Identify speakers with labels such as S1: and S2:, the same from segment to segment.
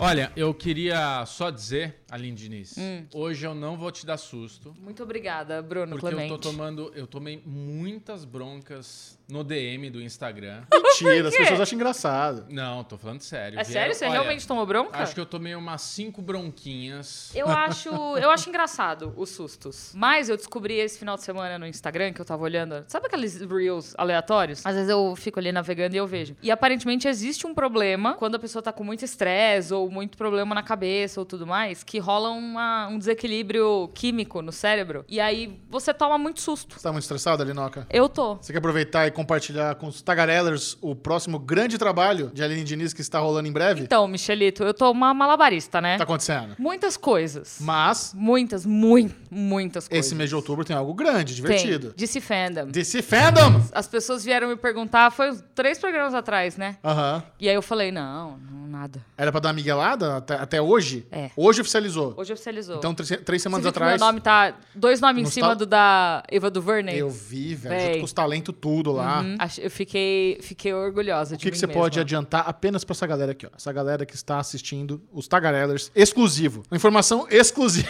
S1: Olha, eu quelia só dizer, Aline Diniz,
S2: Hum.
S1: hoje eu não vou te dar susto.
S2: Muito obrigada, Bruno
S1: Porque
S2: Clemente.
S1: eu tô tomando. Eu tomei muitas broncas no DM do Instagram.
S3: Mentira, as
S2: quê?
S3: pessoas acham engraçado.
S1: Não, tô falando sério.
S2: É sério? Você
S1: Olha,
S2: realmente tomou bronca?
S1: Acho que eu tomei umas cinco bronquinhas.
S2: Eu acho, eu acho engraçado os sustos. Mas eu descobri esse final de semana no Instagram que eu tava olhando. Sabe aqueles reels aleatórios? Às vezes eu fico ali navegando e eu vejo. E aparentemente existe um problema quando a pessoa tá com muito estresse ou muito problema na cabeça ou tudo mais, que rola uma- um desequilíbrio químico no cérebro. E aí você toma muito susto.
S3: Você tá muito estressado, Alinoca?
S2: Eu tô.
S3: Você quer aproveitar e compartilhar com os tagarellers o próximo grande trabalho de Aline Diniz que está rolando em breve?
S2: Então, Michelito, eu tô uma malabarista, né?
S3: Tá acontecendo.
S2: Muitas coisas.
S3: Mas,
S2: Muitas, muito, muitas coisas.
S3: esse mês de outubro tem algo grande, divertido.
S2: Tem. Disse fandom.
S3: DC Fandom!
S2: As pessoas vieram me perguntar, foi uns três programas atrás, né?
S3: Aham.
S2: E aí eu falei, não, não nada.
S3: Era pra dar uma miguelada até, até hoje?
S2: É.
S3: Hoje oficializou.
S2: Hoje oficializou.
S3: Então, três, três
S2: Você
S3: semanas
S2: viu que
S3: atrás.
S2: Meu nome tá dois nomes
S3: Não
S2: em cima
S3: tá-
S2: do da Eva Duvernay.
S3: Eu vi, velho,
S2: Véi.
S3: junto com os talentos tudo lá.
S2: Hum, ach- Eu fiquei, fiquei orgulhosa
S3: O
S2: de
S3: que,
S2: mim
S3: que você
S2: mesma.
S3: pode adiantar apenas pra essa galera aqui, ó? Essa galera que está assistindo, os Tagarellers, exclusivo. Uma Informação exclusiva.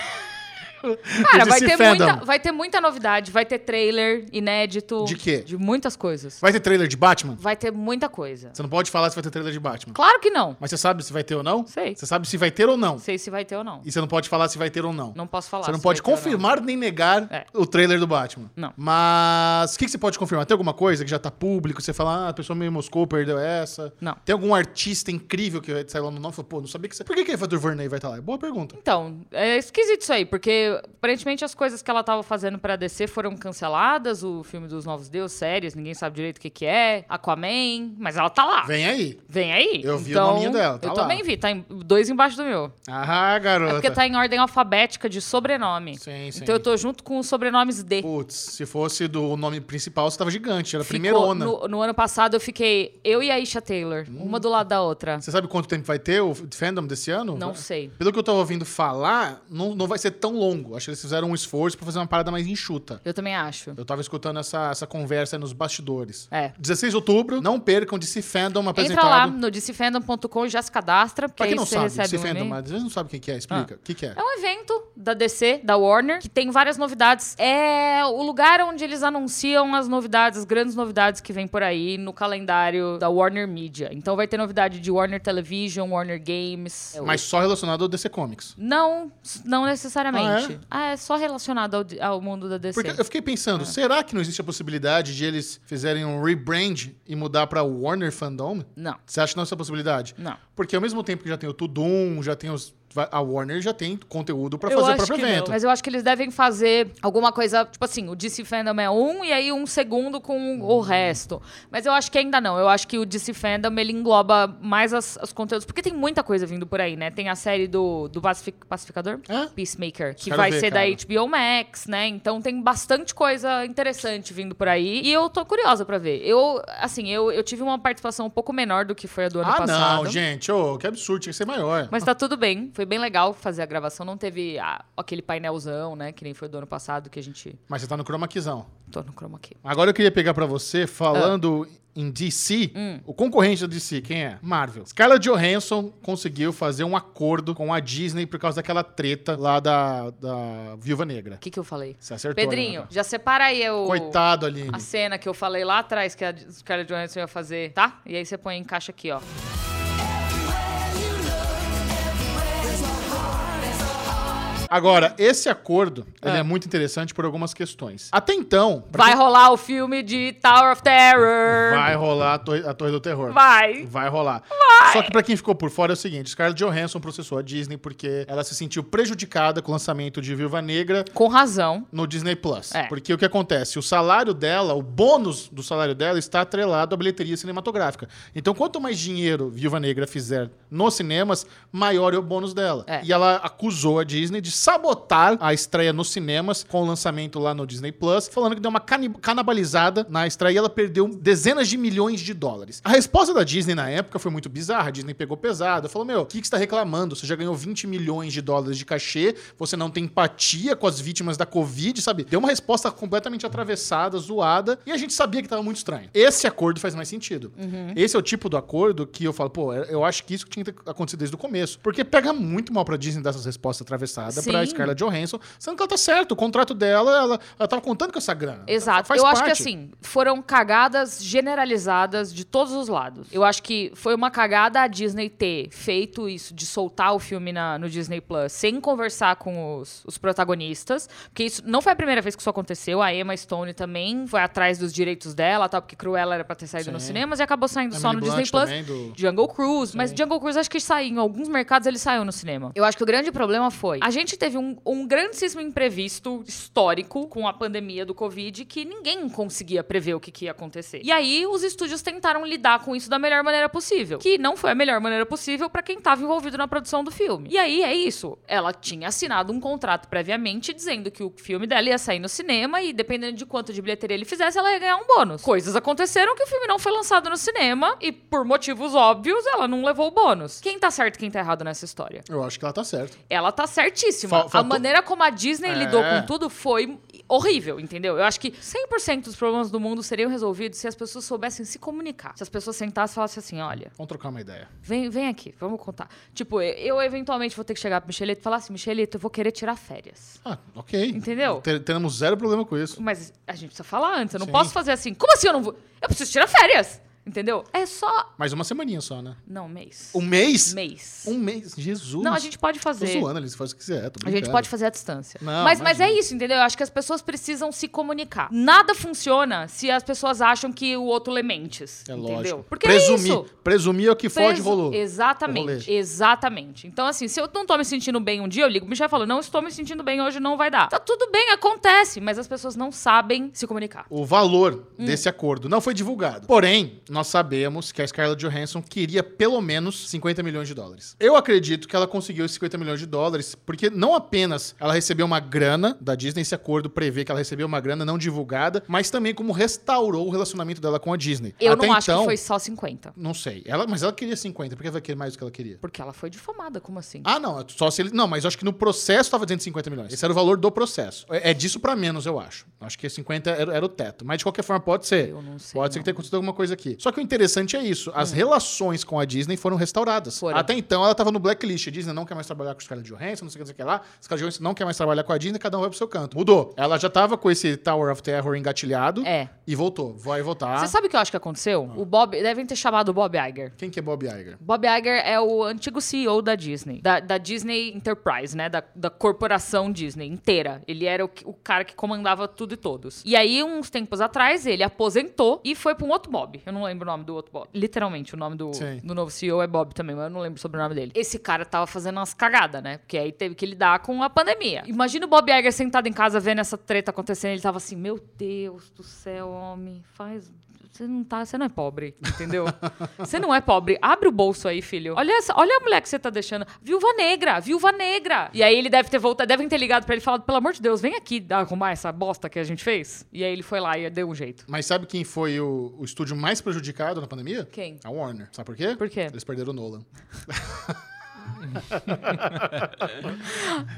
S2: Cara,
S3: do
S2: vai
S3: DC
S2: ter,
S3: Fandom.
S2: muita, vai ter muita novidade. Vai ter trailer inédito.
S3: De quê?
S2: De muitas coisas.
S3: Vai ter trailer de Batman?
S2: Vai ter muita coisa.
S3: Você não pode falar se vai ter trailer de Batman.
S2: Claro que não.
S3: Mas você sabe se vai ter ou não?
S2: Sei.
S3: Você sabe se vai ter ou não.
S2: Não sei se vai ter ou não.
S3: E você não pode falar se vai ter ou não.
S2: Não posso falar.
S3: Você não
S2: se
S3: pode
S2: vai ter ou
S3: confirmar nem negar
S2: É.
S3: o trailer do Batman.
S2: Não.
S3: Mas o que, que você pode confirmar? Tem alguma coisa que já tá público? Você fala, ah, a pessoa me moscou, perdeu essa.
S2: Não.
S3: Tem algum artista incrível que saiu lá no nome e falou, pô, não sabia que você. Por que, que a Eva Duvernay vai estar lá? É Boa pergunta.
S2: Então, é esquisito isso aí, porque aparentemente as coisas que ela tava fazendo pra DC foram canceladas, o filme dos Novos Deus, séries, ninguém sabe direito o que que é, Aquaman, mas ela tá lá. Vem,
S3: Vem aí.
S2: aí. Então,
S3: Eu vi o nominho dela, tá
S2: Eu
S3: lá.
S2: também vi, tá em- dois embaixo do meu.
S3: Ah,
S2: É
S3: garota.
S2: porque tá em ordem alfabética de sobrenome.
S3: Sim, sim.
S2: Então eu tô junto com os sobrenomes D.
S3: Putz, se fosse do nome principal, você tava gigante. Era
S2: Ficou-
S3: primeirona.
S2: No, no ano passado eu fiquei eu e a Isha Taylor, uma do lado da outra.
S3: Hum. Você sabe quanto tempo vai ter o fandom desse ano?
S2: Não
S3: Vai-
S2: sei.
S3: Pelo que eu tava ouvindo falar, não, não vai ser tão longo. Acho que eles fizeram um esforço pra fazer uma parada mais enxuta.
S2: Eu também acho.
S3: Eu tava escutando essa, essa conversa aí nos bastidores.
S2: É.
S3: 16 de outubro, não percam DC
S2: Entra
S3: Fandom
S2: lá
S3: apresentado.
S2: no DCFandom.com e já se cadastra, porque
S3: Pra
S2: aí
S3: quem não
S2: você
S3: sabe,
S2: recebe
S3: DC
S2: um
S3: Fandom,
S2: e-mail.
S3: mas às vezes não sabe o que que é, explica. O que, que é?
S2: É um evento da DC, da Warner, que tem várias novidades. É o lugar onde eles anunciam as novidades, as grandes novidades que vem por aí no calendário da Warner Media. Então vai ter novidade de Warner Television, Warner Games.
S3: É, Mas só relacionado ao DC Comics.
S2: Não, não necessariamente. Ah, é, só relacionado ao, di- ao mundo da DC.
S3: Porque eu fiquei
S2: É.
S3: pensando, será que não existe a possibilidade de eles fizerem um rebrand e mudar pra Warner Fandom?
S2: Não,
S3: Você acha que não é essa possibilidade?
S2: não.
S3: Porque ao mesmo tempo que já tem o Tudum, já tem os. A Warner já tem conteúdo pra
S2: Eu
S3: fazer o
S2: acho
S3: próprio
S2: que não.
S3: evento.
S2: Mas eu acho que eles devem fazer alguma coisa, tipo assim, o DC Fandom é um e aí um segundo com
S3: Uhum.
S2: o resto. Mas eu acho que ainda não. Eu acho que o DC Fandom ele engloba mais as, os conteúdos, porque tem muita coisa vindo por aí, né? Tem a série do, do Pacific- Pacificador?
S3: Hã?
S2: Peacemaker, que
S3: Quero
S2: vai
S3: ver,
S2: ser
S3: cara.
S2: da HBO Max, né? Então tem bastante coisa interessante vindo por aí. E eu tô curiosa pra ver. Eu, assim, eu, eu tive uma participação um pouco menor do que foi a do ano
S3: Ah,
S2: passado.
S3: não, gente. Ô, que absurdo, tinha que ser maior.
S2: Mas tá tudo bem. Foi bem legal fazer a gravação. Não teve ah, aquele painelzão, né? Que nem foi do ano passado que a gente.
S3: Mas você tá no cromaquizão.
S2: Tô no chroma key.
S3: Agora eu queria pegar pra você, falando em DC,
S2: Hum.
S3: o concorrente da DC, quem é? Marvel. Scarlett Johansson conseguiu fazer um acordo com a Disney por causa daquela treta lá da, da Viúva Negra.
S2: O que, que eu falei?
S3: Você acertou. né,
S2: Pedrinho,
S3: Renata?
S2: já separa aí o.
S3: Coitado, Aline.
S2: A cena que eu falei lá atrás que a Scarlett Johansson ia fazer, tá? E aí você põe em caixa aqui, ó.
S3: Agora, esse acordo, ele
S2: Ah.
S3: é muito interessante por algumas questões. Até então... pra
S2: Vai
S3: quem-
S2: rolar o filme de Tower of Terror.
S3: Vai rolar a Torre, a Torre do Terror.
S2: Vai.
S3: Vai rolar. Só que pra quem ficou por fora é o seguinte, Scarlett Johansson processou a Disney porque ela se sentiu prejudicada com o lançamento de Viúva Negra
S2: Com razão.
S3: no Disney Plus.
S2: Então, É.
S3: Porque o que acontece? O salário dela, o bônus do salário dela está atrelado à bilheteria cinematográfica. Então, quanto mais dinheiro Viúva Negra fizer nos cinemas, maior é o bônus dela.
S2: É.
S3: E ela acusou a Disney de sabotar a estreia nos cinemas com o lançamento lá no Disney Plus, falando que deu uma cani- canibalizada na estreia e ela perdeu dezenas de milhões de dólares. A resposta da Disney na época foi muito bizarra. A Disney pegou pesado, falou: Meu, o que, que você tá reclamando? Você já ganhou 20 milhões de dólares de cachê, você não tem empatia com as vítimas da Covid, sabe? Deu uma resposta completamente atravessada, zoada, e a gente sabia que tava muito estranho. Esse acordo faz mais sentido.
S2: Uhum.
S3: Esse é o tipo do acordo que eu falo, pô, é, eu acho que isso tinha que ter acontecido desde o começo. Porque pega muito mal pra Disney dessas respostas atravessadas pra
S2: Sim.
S3: Scarlett Johansson, sendo que ela tá certo, o contrato dela, ela, ela tava contando com essa grana.
S2: Exato.
S3: Faz
S2: eu acho que
S3: parte.
S2: assim, foram cagadas generalizadas de todos os lados. Eu acho que foi uma cagada a Disney ter feito isso, de soltar o filme na- no Disney Plus sem conversar com os, os protagonistas. Porque isso não foi a primeira vez que isso aconteceu. A Emma Stone também foi atrás dos direitos dela, tal, porque Cruella era pra ter saído
S3: Sim.
S2: nos cinemas e acabou saindo só no
S3: Emily
S2: Disney
S3: Blunt
S2: Plus.
S3: também, do-
S2: Jungle Cruise, mas Jungle Cruise acho que saiu. Em alguns mercados ele saiu no cinema. Eu acho que o grande problema foi. A gente teve um, um grandíssimo imprevisto histórico com a pandemia do Covid que ninguém conseguia prever o que, que ia acontecer. E aí os estúdios tentaram lidar com isso da melhor maneira possível. Que não foi a melhor maneira possível pra quem tava envolvido na produção do filme. E aí é isso. Ela tinha assinado um contrato previamente dizendo que o filme dela ia sair no cinema e dependendo de quanto de bilheteria ele fizesse, ela ia ganhar um bônus. Coisas aconteceram que o filme não foi lançado no cinema e por motivos óbvios ela não levou o bônus. Quem tá certo e quem tá errado nessa história?
S3: Eu acho que ela tá certa.
S2: Ela tá certíssima.
S3: Fal- faltou-
S2: A maneira como a Disney lidou
S3: É.
S2: com tudo foi horrível, entendeu? Eu acho que 100% dos problemas do mundo seriam resolvidos se as pessoas soubessem se comunicar. Se as pessoas sentassem e falassem assim, olha,
S3: Vamos trocar uma ideia.
S2: Vem, vem aqui, vamos contar. Tipo, eu eventualmente vou ter que chegar pro Michelito e falar assim: Michelito, eu vou querer tirar férias.
S3: Ah, ok.
S2: Entendeu?
S3: Te- Teremos zero problema com isso.
S2: Mas a gente precisa falar antes, eu não
S3: Sim.
S2: posso fazer assim. Como assim eu não vou? Eu preciso tirar férias! Entendeu? É só.
S3: Mais uma semaninha só, né?
S2: Não, mês.
S3: Um mês?
S2: Mês.
S3: Um mês. Jesus.
S2: Não, a gente pode
S3: Tô
S2: fazer.
S3: zoando, eles fazem o que quiser. tô
S2: A gente
S3: brincando.
S2: pode fazer à distância.
S3: Não,
S2: mas, mas é
S3: imagina.
S2: isso, entendeu? Eu acho que as pessoas precisam se comunicar. Nada funciona se as pessoas acham que o outro lê mentes.
S3: É
S2: entendeu?
S3: lógico.
S2: Porque é
S3: presumir,
S2: isso.
S3: presumir é o que foge
S2: Preso-
S3: rolou. O
S2: Exatamente,
S3: rolê.
S2: exatamente. Então, assim, se eu não tô me sentindo bem um dia, eu ligo pro Michel e falo, não estou me sentindo bem hoje, não vai dar. Tá tudo bem, acontece, mas as pessoas não sabem se comunicar.
S3: O valor
S2: Hum.
S3: desse acordo não foi divulgado. Porém, nós sabemos que a Scarlett Johansson queria pelo menos 50 milhões de dólares. Eu acredito que ela conseguiu esses 50 milhões de dólares, porque não apenas ela recebeu uma grana da Disney, esse acordo prevê que ela recebeu uma grana não divulgada, mas também como restaurou o relacionamento dela com a Disney.
S2: Eu
S3: Até
S2: não acho
S3: então,
S2: que foi só 50.
S3: Não sei. Ela, mas ela queria 50. Por que ela vai querer mais do que ela queria?
S2: Porque ela foi difamada, como assim?
S3: Ah, não. Só se ele. Não, mas eu acho que no processo tava dizendo 50 milhões. Esse era o valor do processo. É, é disso pra menos, eu acho. Acho que 50 era, era o teto. Mas de qualquer forma, pode ser.
S2: Eu não sei,
S3: Pode ser
S2: não.
S3: que tenha acontecido alguma coisa aqui. Só que o interessante é isso. As relações com a Disney foram restauradas.
S2: Foram.
S3: Até então, ela tava no blacklist. A Disney não quer mais trabalhar com os caras de Johansson, não sei o que, não sei o que lá. Os caras de Johansson não quer mais trabalhar com a Disney, cada um vai pro seu canto. Mudou. Ela já tava com esse Tower of Terror engatilhado.
S2: É.
S3: E voltou. Vai voltar.
S2: Você sabe o que eu acho que aconteceu?
S3: Ah.
S2: O Bob, devem ter chamado o Bob Iger.
S3: Quem que é Bob Iger?
S2: Bob Iger é o antigo CEO da Disney, da, da Disney Enterprise, né? Da, da corporação Disney inteira. Ele era o, que- o cara que comandava tudo e todos. E aí, uns tempos atrás, ele aposentou e foi pra um outro Bob. Eu não lembro o nome do outro Bob. Literalmente, o nome do,
S3: Sim.
S2: do novo CEO é Bob também, mas eu não lembro sobre o nome dele. Esse cara tava fazendo umas cagadas, né? Porque aí teve que lidar com a pandemia. Imagina o Bob Iger sentado em casa vendo essa treta acontecendo. Ele tava assim: Meu Deus do céu, homem, faz. Você não tá, você não é pobre, entendeu? Você não é pobre. Abre o bolso aí, filho. Olha essa, olha a mulher que você tá deixando. Viúva negra, viúva negra. E aí ele deve ter voltado, devem ter ligado pra ele e falado: pelo amor de Deus, vem aqui arrumar essa bosta que a gente fez. E aí ele foi lá e deu um jeito.
S3: Mas sabe quem foi o, o estúdio mais prejudicado na pandemia?
S2: Quem?
S3: A Warner. Sabe por quê?
S2: Por quê?
S3: Eles perderam o Nolan.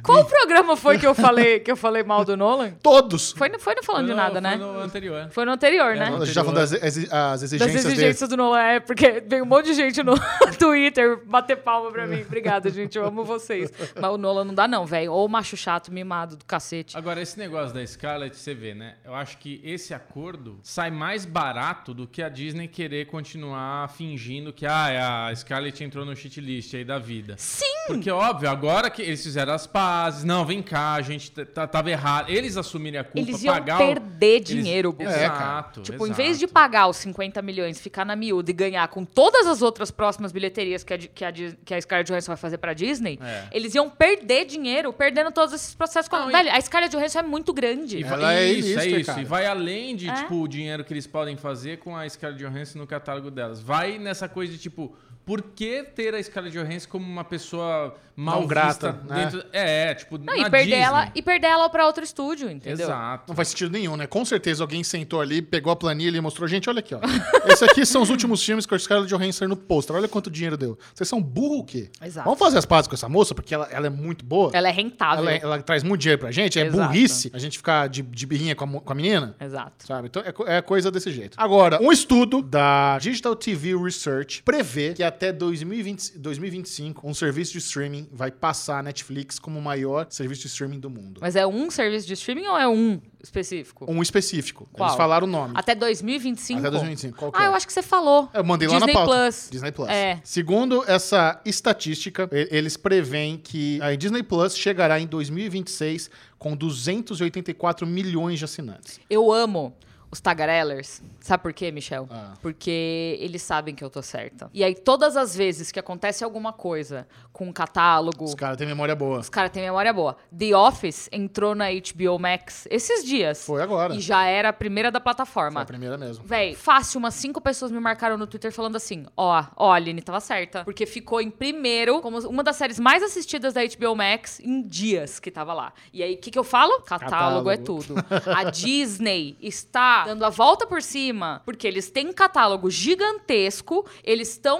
S2: Qual programa foi que eu falei que eu falei mal do Nolan?
S3: Todos!
S2: Foi, no- foi não falando de nada,
S1: Foi
S2: né?
S1: no anterior.
S2: Foi no anterior,
S1: É,
S2: né?
S3: Nós já falamos das, exi- as
S2: Das
S3: exigências,
S2: exigências do Nolan, é, porque veio um monte de gente no Twitter bater palma pra mim. Obrigada, gente, eu amo vocês. Mas o Nolan não dá não, velho. Ou o macho chato, mimado do cacete.
S1: Agora, esse negócio da Scarlett, você vê, né? Eu acho que esse acordo sai mais barato do que a Disney querer continuar fingindo que ah, a Scarlett entrou no cheatlist aí da vida.
S2: Sim!
S1: Porque, óbvio, agora que eles fizeram as pazes, não, vem cá, a gente t- t- tava errado. Eles assumirem a culpa,
S2: Eles iam
S1: pagar o-
S2: perder
S1: Eles-
S2: dinheiro, Gugu.
S3: É,
S1: Exato.
S2: Tipo, em
S1: exato.
S2: vez de pagar os 50 milhões, ficar na miúda e ganhar com todas as outras próximas bilheterias que a, Di- que a, Dis- que a Scarlett Johansson vai fazer pra Disney,
S1: É.
S2: eles iam perder dinheiro perdendo todos esses processos.
S1: Não, e-
S2: Velho, a Scarlett Johansson é muito grande.
S1: E vai-
S3: Ela é
S1: isso, é
S3: ilícita,
S1: isso.
S3: cara.
S1: E vai além de,
S2: É.
S1: tipo, o dinheiro que eles podem fazer com a Scarlett Johansson no catálogo delas. Vai nessa coisa de, tipo, por que ter a Scarlett Johansson como uma pessoa mal
S3: Não grata,
S1: vista
S3: né?
S1: dentro. É, é, tipo,
S2: Não,
S1: na
S2: e perder,
S1: Disney.
S2: ela, e perder ela pra outro estúdio, entendeu?
S1: Exato.
S3: Não faz sentido nenhum, né? Com certeza alguém sentou ali, pegou a planilha e mostrou. Gente, olha aqui, ó. Esses aqui são os últimos filmes com a Scarlett Johansson no pôster. Olha quanto dinheiro deu. Vocês são burro o quê?
S2: Exato.
S3: Vamos fazer as pazes com essa moça, porque ela, ela é muito boa.
S2: Ela é rentável.
S3: Ela, ela traz muito dinheiro pra gente. É
S2: Exato.
S3: burrice a gente ficar de, de birrinha com a, mo- com a menina.
S2: Exato.
S3: Sabe? Então é, co- é coisa desse jeito. Agora, um estudo da Digital TV Research prevê que até 2020, 2025 um serviço de streaming vai passar a Netflix como o maior serviço de streaming do mundo.
S2: Mas é um serviço de streaming ou é um específico?
S3: Um específico.
S2: Qual?
S3: Eles falaram o nome.
S2: Até 2025?
S3: Até 2025. Qual que
S2: Ah,
S3: é?
S2: eu acho que você falou.
S3: Eu mandei lá
S2: Disney
S3: na pauta.
S2: Plus.
S3: Disney Plus.
S2: É.
S3: Segundo essa estatística, e- eles preveem que a Disney Plus chegará em 2026 com 284 milhões de assinantes.
S2: Eu amo os tagarellers. Sabe por quê, Michel?
S3: Ah.
S2: Porque eles sabem que eu tô certa. E aí, todas as vezes que acontece alguma coisa com um catálogo,
S3: Os caras têm memória boa.
S2: os caras têm memória boa. The Office entrou na HBO Max esses dias.
S3: Foi agora.
S2: E já era a primeira da
S3: Foi a
S2: plataforma.
S3: primeira mesmo.
S2: Véi, fácil, umas cinco pessoas me marcaram no Twitter falando assim: ó, ó, a Aline tava certa. Porque ficou em primeiro, como uma das séries mais assistidas da HBO Max em dias que tava lá. E aí, o que, que eu falo? Catálogo,
S3: Catálogo.
S2: é tudo. A Disney está dando a volta por cima, porque eles têm um catálogo gigantesco, eles estão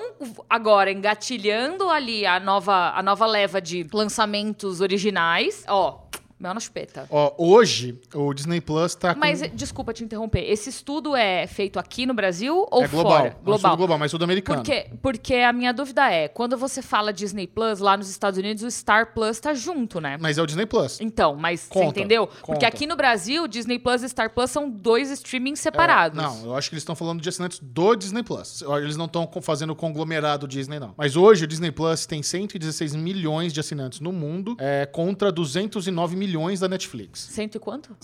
S2: agora engatilhando ali a nova, a nova leva de lançamentos originais. Ó, mel na chupeta.
S3: Ó, hoje o Disney Plus tá com...
S2: Mas, desculpa te interromper, esse estudo é feito aqui no Brasil ou
S3: é global.
S2: fora?
S3: É um estudo global, mas sul-americano.
S2: Porque, porque a minha dúvida é, quando você fala Disney Plus, lá nos Estados Unidos o Star Plus tá junto, né?
S3: Mas é o Disney Plus.
S2: Então, mas você
S3: Conta,
S2: entendeu? Porque
S3: conta.
S2: aqui no Brasil, Disney Plus e Star Plus são dois streamings separados.
S3: É, Não, eu acho que eles estão falando de assinantes do Disney Plus. Eu acho que Eles não estão fazendo o conglomerado Disney, não. Mas hoje o Disney Plus tem 116 milhões de assinantes no mundo, é, contra 209 milhões da Netflix.
S2: Cento e quanto?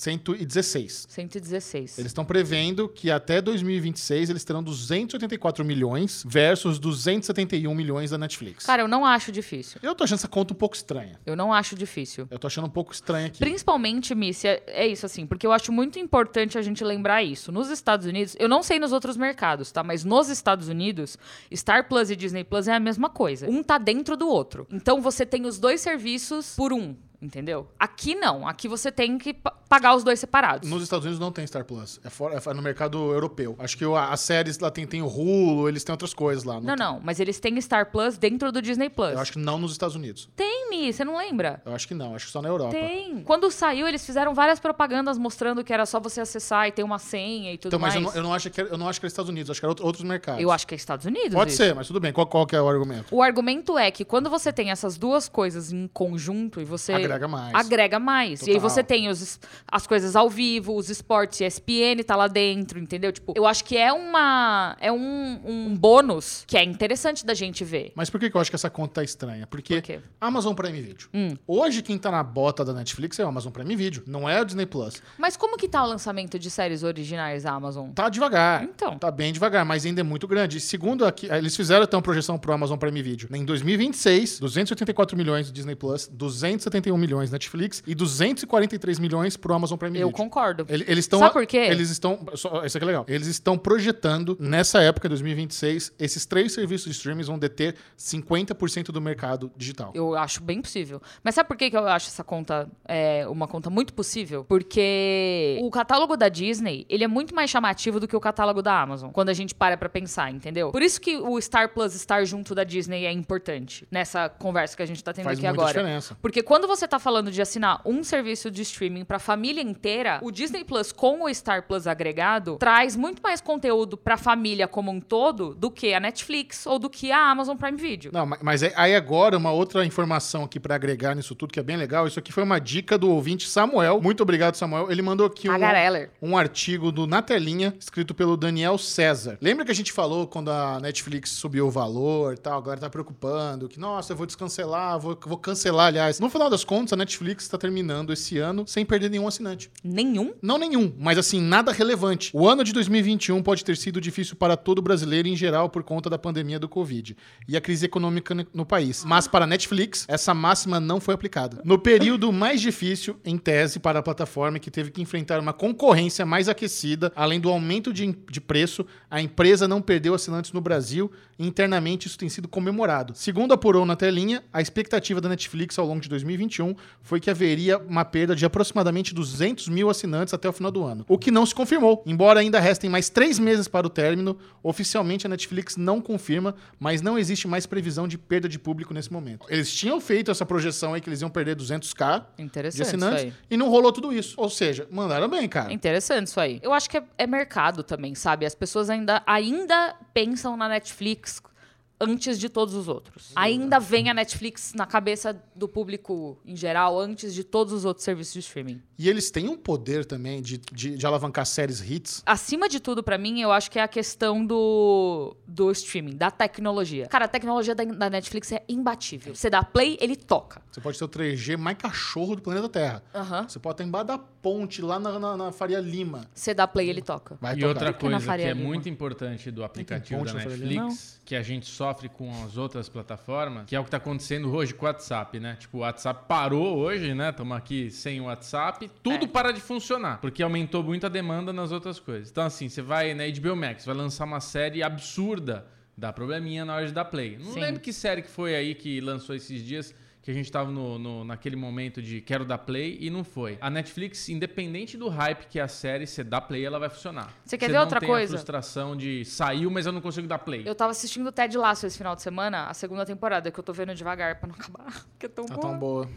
S3: 116.
S2: 116.
S3: Eles estão prevendo que até 2026 eles terão 284 milhões versus 271 milhões da Netflix.
S2: Cara, eu não acho difícil.
S3: Eu tô achando essa conta um pouco estranha.
S2: Eu não acho difícil.
S3: Eu tô achando um pouco estranha aqui.
S2: Principalmente, Missy, é, é isso assim, porque eu acho muito importante a gente lembrar isso. Nos Estados Unidos, eu não sei nos outros mercados, tá? Mas nos Estados Unidos, Star Plus e Disney Plus é a mesma coisa. Um tá dentro do outro. Então você tem os dois serviços por um, entendeu? Aqui não. Aqui você tem que pa- pagar os dois separados.
S3: Nos Estados Unidos não tem Star Plus. É, fora, é no mercado europeu. Acho que o- a- as séries lá tem, tem o Hulu, eles têm outras coisas lá.
S2: Não, não, mas eles têm Star Plus dentro do Disney Plus.
S3: Eu acho que não nos Estados Unidos.
S2: Tem, Mi, você não lembra?
S3: Eu acho que não, tá. acho que só na Europa.
S2: Tem. Quando saiu, eles fizeram várias propagandas mostrando que era só você acessar e tem uma senha e tudo
S3: Então, mas
S2: mais.
S3: eu não, eu não acho que era, eu não acho que era Estados Unidos, acho que era outro- outros mercados.
S2: Eu acho que é Estados Unidos.
S3: Pode
S2: isso.
S3: ser, mas tudo bem. Qual, qual que é o argumento?
S2: O argumento é que quando você tem essas duas coisas em conjunto e você
S3: Agrega mais.
S2: agrega mais. E aí
S3: Total.
S2: você tem os, as coisas ao vivo, os esportes, ESPN tá lá dentro, entendeu? Tipo, eu acho que é uma é um, um bônus que é interessante da gente ver.
S3: Mas por que, que eu acho que essa conta tá estranha? Porque
S2: Por quê? Hum.
S3: Amazon Prime Video. Hoje quem tá na bota da Netflix é o Amazon Prime Video, não é o Disney Plus.
S2: Mas como que tá o lançamento de séries originais da Amazon?
S3: Tá devagar.
S2: Então.
S3: Tá bem devagar, mas ainda é muito grande. E Segundo aqui, eh, eles fizeram até uma projeção pro Amazon Prime Video. Em 2026, 284 milhões do Disney Plus, 271 milhões Netflix e 243 milhões pro Amazon Prime
S2: Eu
S3: Video.
S2: concordo.
S3: Ele- Eles estão.
S2: Sabe por quê?
S3: Eles estão. só- Isso aqui é legal. Eles estão projetando, nessa época, 2026, esses três serviços de streaming vão deter 50% do mercado digital.
S2: Eu acho bem possível. Mas sabe por que, que eu acho essa conta é, uma conta muito possível? Porque o catálogo da Disney, ele é muito mais chamativo do que o catálogo da Amazon. Quando a gente para pra pensar, entendeu? Por isso que o Star Plus estar junto da Disney é importante nessa conversa que a gente tá tendo
S3: Faz
S2: aqui
S3: muita
S2: agora.
S3: diferença.
S2: Porque quando você tá falando de assinar um serviço de streaming pra família inteira, o Disney Plus com o Star Plus agregado traz muito mais conteúdo pra família como um todo do que a Netflix ou do que a Amazon Prime Video.
S3: Não, ma- mas é- aí agora uma outra informação aqui pra agregar nisso tudo que é bem legal. Isso aqui foi uma dica do ouvinte Samuel. Muito obrigado, Samuel. Ele mandou
S2: Ah,
S3: aqui um,
S2: Tagareller.
S3: um artigo do Na Telinha, escrito pelo Daniel César. Lembra que a gente falou quando a Netflix subiu o valor e tal, a galera tá preocupando, que, nossa, eu vou descancelar, vou, vou cancelar, aliás. No final das contas, a Netflix tá terminando esse ano sem perder nenhum nenhum assinante.
S2: Nenhum?
S3: Não nenhum, mas assim, nada relevante. O ano de 2021 pode ter sido difícil para todo brasileiro em geral por conta da pandemia do Covid e a crise econômica ne- no país. Mas para a Netflix, essa máxima não foi aplicada. No período mais difícil, em tese, para a plataforma que teve que enfrentar uma concorrência mais aquecida, além do aumento de, im- de preço, a empresa não perdeu assinantes no Brasil e internamente isso tem sido comemorado. Segundo apurou na telinha, a expectativa da Netflix ao longo de 2021 foi que haveria uma perda de aproximadamente 200 mil assinantes até o final do ano, o que não se confirmou. Embora ainda restem mais três meses para o término, oficialmente a Netflix não confirma, mas não existe mais previsão de perda de público nesse momento. Eles tinham feito essa projeção aí que eles iam perder 200k de
S2: Interessante isso
S3: assinantes
S2: aí.
S3: e não rolou tudo isso. Ou seja, mandaram bem, cara.
S2: Interessante isso aí. Eu acho que é, é mercado também, sabe? As pessoas ainda, ainda pensam na Netflix antes de todos os outros. Ainda vem a Netflix na cabeça do público em geral antes de todos os outros serviços de streaming.
S3: E eles têm um poder também de, de, de alavancar séries hits.
S2: Acima de tudo, pra mim, eu acho que é a questão do, do streaming, da tecnologia. Cara, a tecnologia da, da Netflix é imbatível. Você dá play, ele toca.
S3: Você pode ser o 3G mais cachorro do planeta Terra.
S2: Aham.
S3: Você pode estar embaixo da ponte, lá na, na- na Faria Lima.
S2: Você dá play, ele toca.
S3: Vai
S1: e
S3: tocar.
S1: outra
S2: Por que na
S1: coisa que
S2: Faria
S1: é
S2: Lima?
S1: muito importante do aplicativo
S3: ponte
S1: da
S3: na Faria
S1: Netflix, que a gente sofre com as outras plataformas, que é o que está acontecendo hoje com o WhatsApp, né? Tipo, o WhatsApp parou hoje, né? Estamos aqui sem o WhatsApp, tudo
S2: É.
S1: para de funcionar, porque aumentou muito a demanda nas outras coisas. Então, assim, você vai na HBO Max, vai lançar uma série absurda, dá probleminha na hora de dar play. Não
S2: Sim.
S1: lembro que série que foi aí que lançou esses dias. Que a gente tava no, no- naquele momento de quero dar play e não foi. A Netflix, independente do hype que é a série, você dá play, ela vai funcionar.
S2: Você quer
S1: Você
S2: ver
S1: não
S2: outra
S1: tem
S2: coisa?
S1: A frustração de saiu, mas eu não consigo dar play.
S2: Eu tava assistindo Ted Lasso esse final de semana, a segunda temporada, que eu tô vendo devagar pra não acabar, porque é tão
S3: Tá
S2: boa.
S3: tão boa.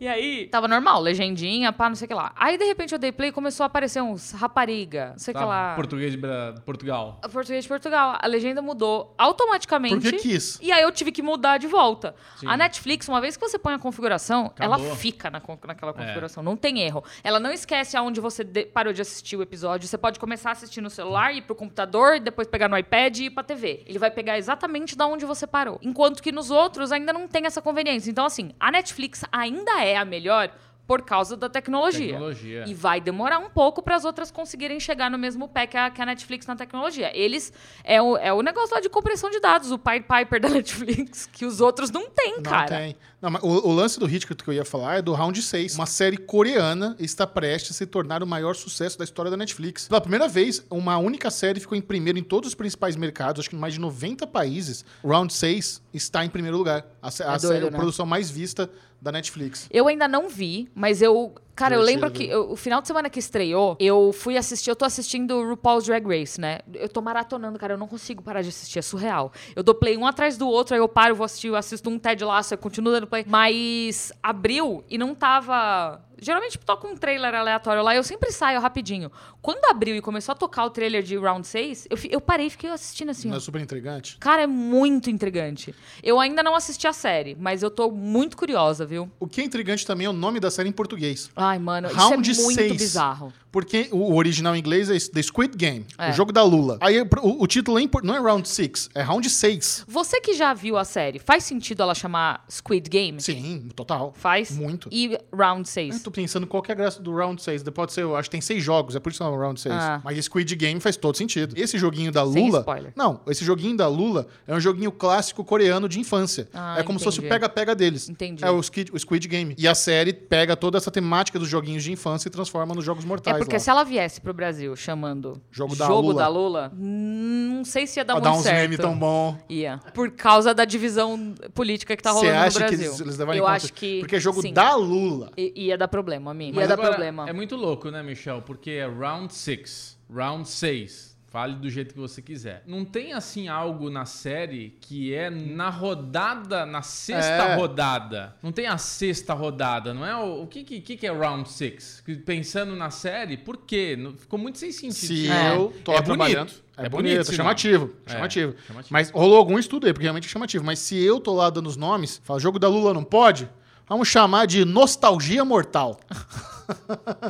S2: E aí, tava normal, legendinha, pá, não sei o que lá. Aí, de repente, eu dei play e começou a aparecer uns rapariga, não sei o
S1: Tá?
S2: que lá.
S1: Português de Bra- Portugal.
S2: A Português de Portugal. A legenda mudou automaticamente.
S3: Porque quis.
S2: E aí eu tive que mudar de volta.
S1: Sim.
S2: A Netflix, uma vez que você põe a configuração,
S1: Acabou. É.
S2: ela fica na con- naquela configuração. Não tem erro. Ela não esquece aonde você de- parou de assistir o episódio. Você pode começar a assistir no celular, ir pro computador, depois pegar no iPad e ir pra TV. Ele vai pegar exatamente da onde você parou. Enquanto que nos outros ainda não tem essa conveniência. Então, assim, a Netflix ainda é a melhor por causa da tecnologia.
S1: Tecnologia.
S2: E vai demorar um pouco para as outras conseguirem chegar no mesmo pé que a, que a Netflix na tecnologia. Eles. É o, é o negócio lá de compressão de dados, o Pied Piper da Netflix, que os outros não têm,
S3: Não
S2: cara.
S3: tem. Não, mas o, o lance do Hitchcock que eu ia falar é do Round 6. Uma série coreana está prestes a se tornar o maior sucesso da história da Netflix. Pela primeira vez, uma única série ficou em primeiro em todos os principais mercados, acho que em mais de 90 países. Round 6 está em primeiro lugar. A, sé- a
S2: É doido,
S3: série, a
S2: né?
S3: produção mais vista da Netflix.
S2: Eu ainda não vi, mas eu. Cara, eu
S3: Divertido,
S2: lembro que eu- o final de semana que estreou, eu fui assistir, eu tô assistindo o RuPaul's Drag Race, né? Eu tô maratonando, cara, eu não consigo parar de assistir, é surreal. Eu dou play um atrás do outro, aí eu paro, vou assistir, eu assisto um Ted Lasso, eu continuo dando play. Mas abriu e não tava. Geralmente toca um trailer aleatório lá, eu sempre saio rapidinho. Quando abriu e começou a tocar o trailer de Round 6, eu, fi- eu parei e fiquei assistindo assim.
S3: Não
S2: ó.
S3: é super intrigante?
S2: Cara, é muito intrigante. Eu ainda não assisti a série, mas eu tô muito curiosa, viu?
S3: O que é intrigante também é o nome da série em português.
S2: Ai, mano,
S3: Round
S2: isso é muito
S3: seis.
S2: bizarro.
S3: Porque o original em inglês é The Squid Game,
S2: É.
S3: o jogo da Lula. Aí o, o título é em por- não é Round 6, é Round 6.
S2: Você que já viu a série, faz sentido ela chamar Squid Game?
S3: Sim, total.
S2: Faz?
S3: Muito.
S2: E Round
S3: Eu
S2: 6?
S3: tô pensando qual que é a graça do Round 6. Pode ser, eu acho que tem seis jogos, é por isso que é o Round 6.
S2: Ah.
S3: Mas Squid Game faz todo sentido. Esse joguinho da
S2: Sem
S3: Lula.
S2: spoiler.
S3: Não, esse joguinho da Lula é um joguinho clássico coreano de infância.
S2: Ah,
S3: é como se fosse o
S2: entendi.
S3: pega-pega deles.
S2: Entendi.
S3: É o Squid, o Squid Game. E a série pega toda essa temática dos joguinhos de infância e transforma nos jogos
S2: É
S3: mortais.
S2: porque
S3: lá.
S2: se ela viesse pro Brasil chamando
S3: Jogo da Lula.
S2: da Lula, hum, não sei se ia dar
S3: Pra
S2: muito
S3: dar uns
S2: certo.
S3: memes tão bom.
S2: Ia. Por causa da divisão política que tá
S3: Você
S2: rolando
S3: acha
S2: no Brasil.
S3: que eles, eles levaram
S2: Eu
S3: em conta?
S2: acho que
S3: Porque é jogo
S2: sim.
S3: da Lula.
S2: I- Ia dar problema, amigo. Ia
S1: Mas
S2: dar
S1: agora,
S2: problema.
S1: É muito louco, né, Michel? Porque é round 6, round 6. Fale do jeito que você quiser. Não tem, assim, algo na série que é na rodada, na sexta
S3: É.
S1: rodada. Não tem a sexta rodada, não é? O, o que, que, que que é round 6? Pensando na série, por quê? Não- Ficou muito sem sentido.
S3: Se
S2: É.
S3: eu tô
S1: É
S3: lá
S1: bonito.
S3: trabalhando. É,
S1: É
S3: bonito,
S1: bonito,
S3: é
S1: sim.
S3: chamativo,
S1: É,
S3: chamativo.
S1: chamativo.
S3: Mas rolou algum estudo aí, porque realmente é chamativo. Mas se eu tô lá dando os nomes, fala, jogo da Lula não pode, vamos chamar de nostalgia mortal.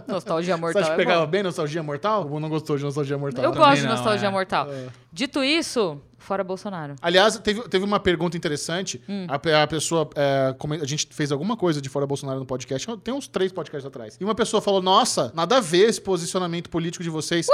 S2: Nostalgia
S3: Você
S2: mortal.
S3: acha que
S2: é
S3: pegava
S2: bom.
S3: bem Nostalgia Mortal? Ou não gostou de Nostalgia Mortal?
S2: Eu
S3: também?
S2: gosto de
S1: não,
S2: nostalgia
S1: é.
S2: mortal. Dito isso, fora Bolsonaro.
S3: Aliás, teve, teve uma pergunta interessante.
S2: Hum.
S3: A, pe- a pessoa. é, come- a gente fez alguma coisa de fora Bolsonaro no podcast. Tem uns três podcasts atrás. E uma pessoa falou: Nossa, nada a ver esse posicionamento político de vocês.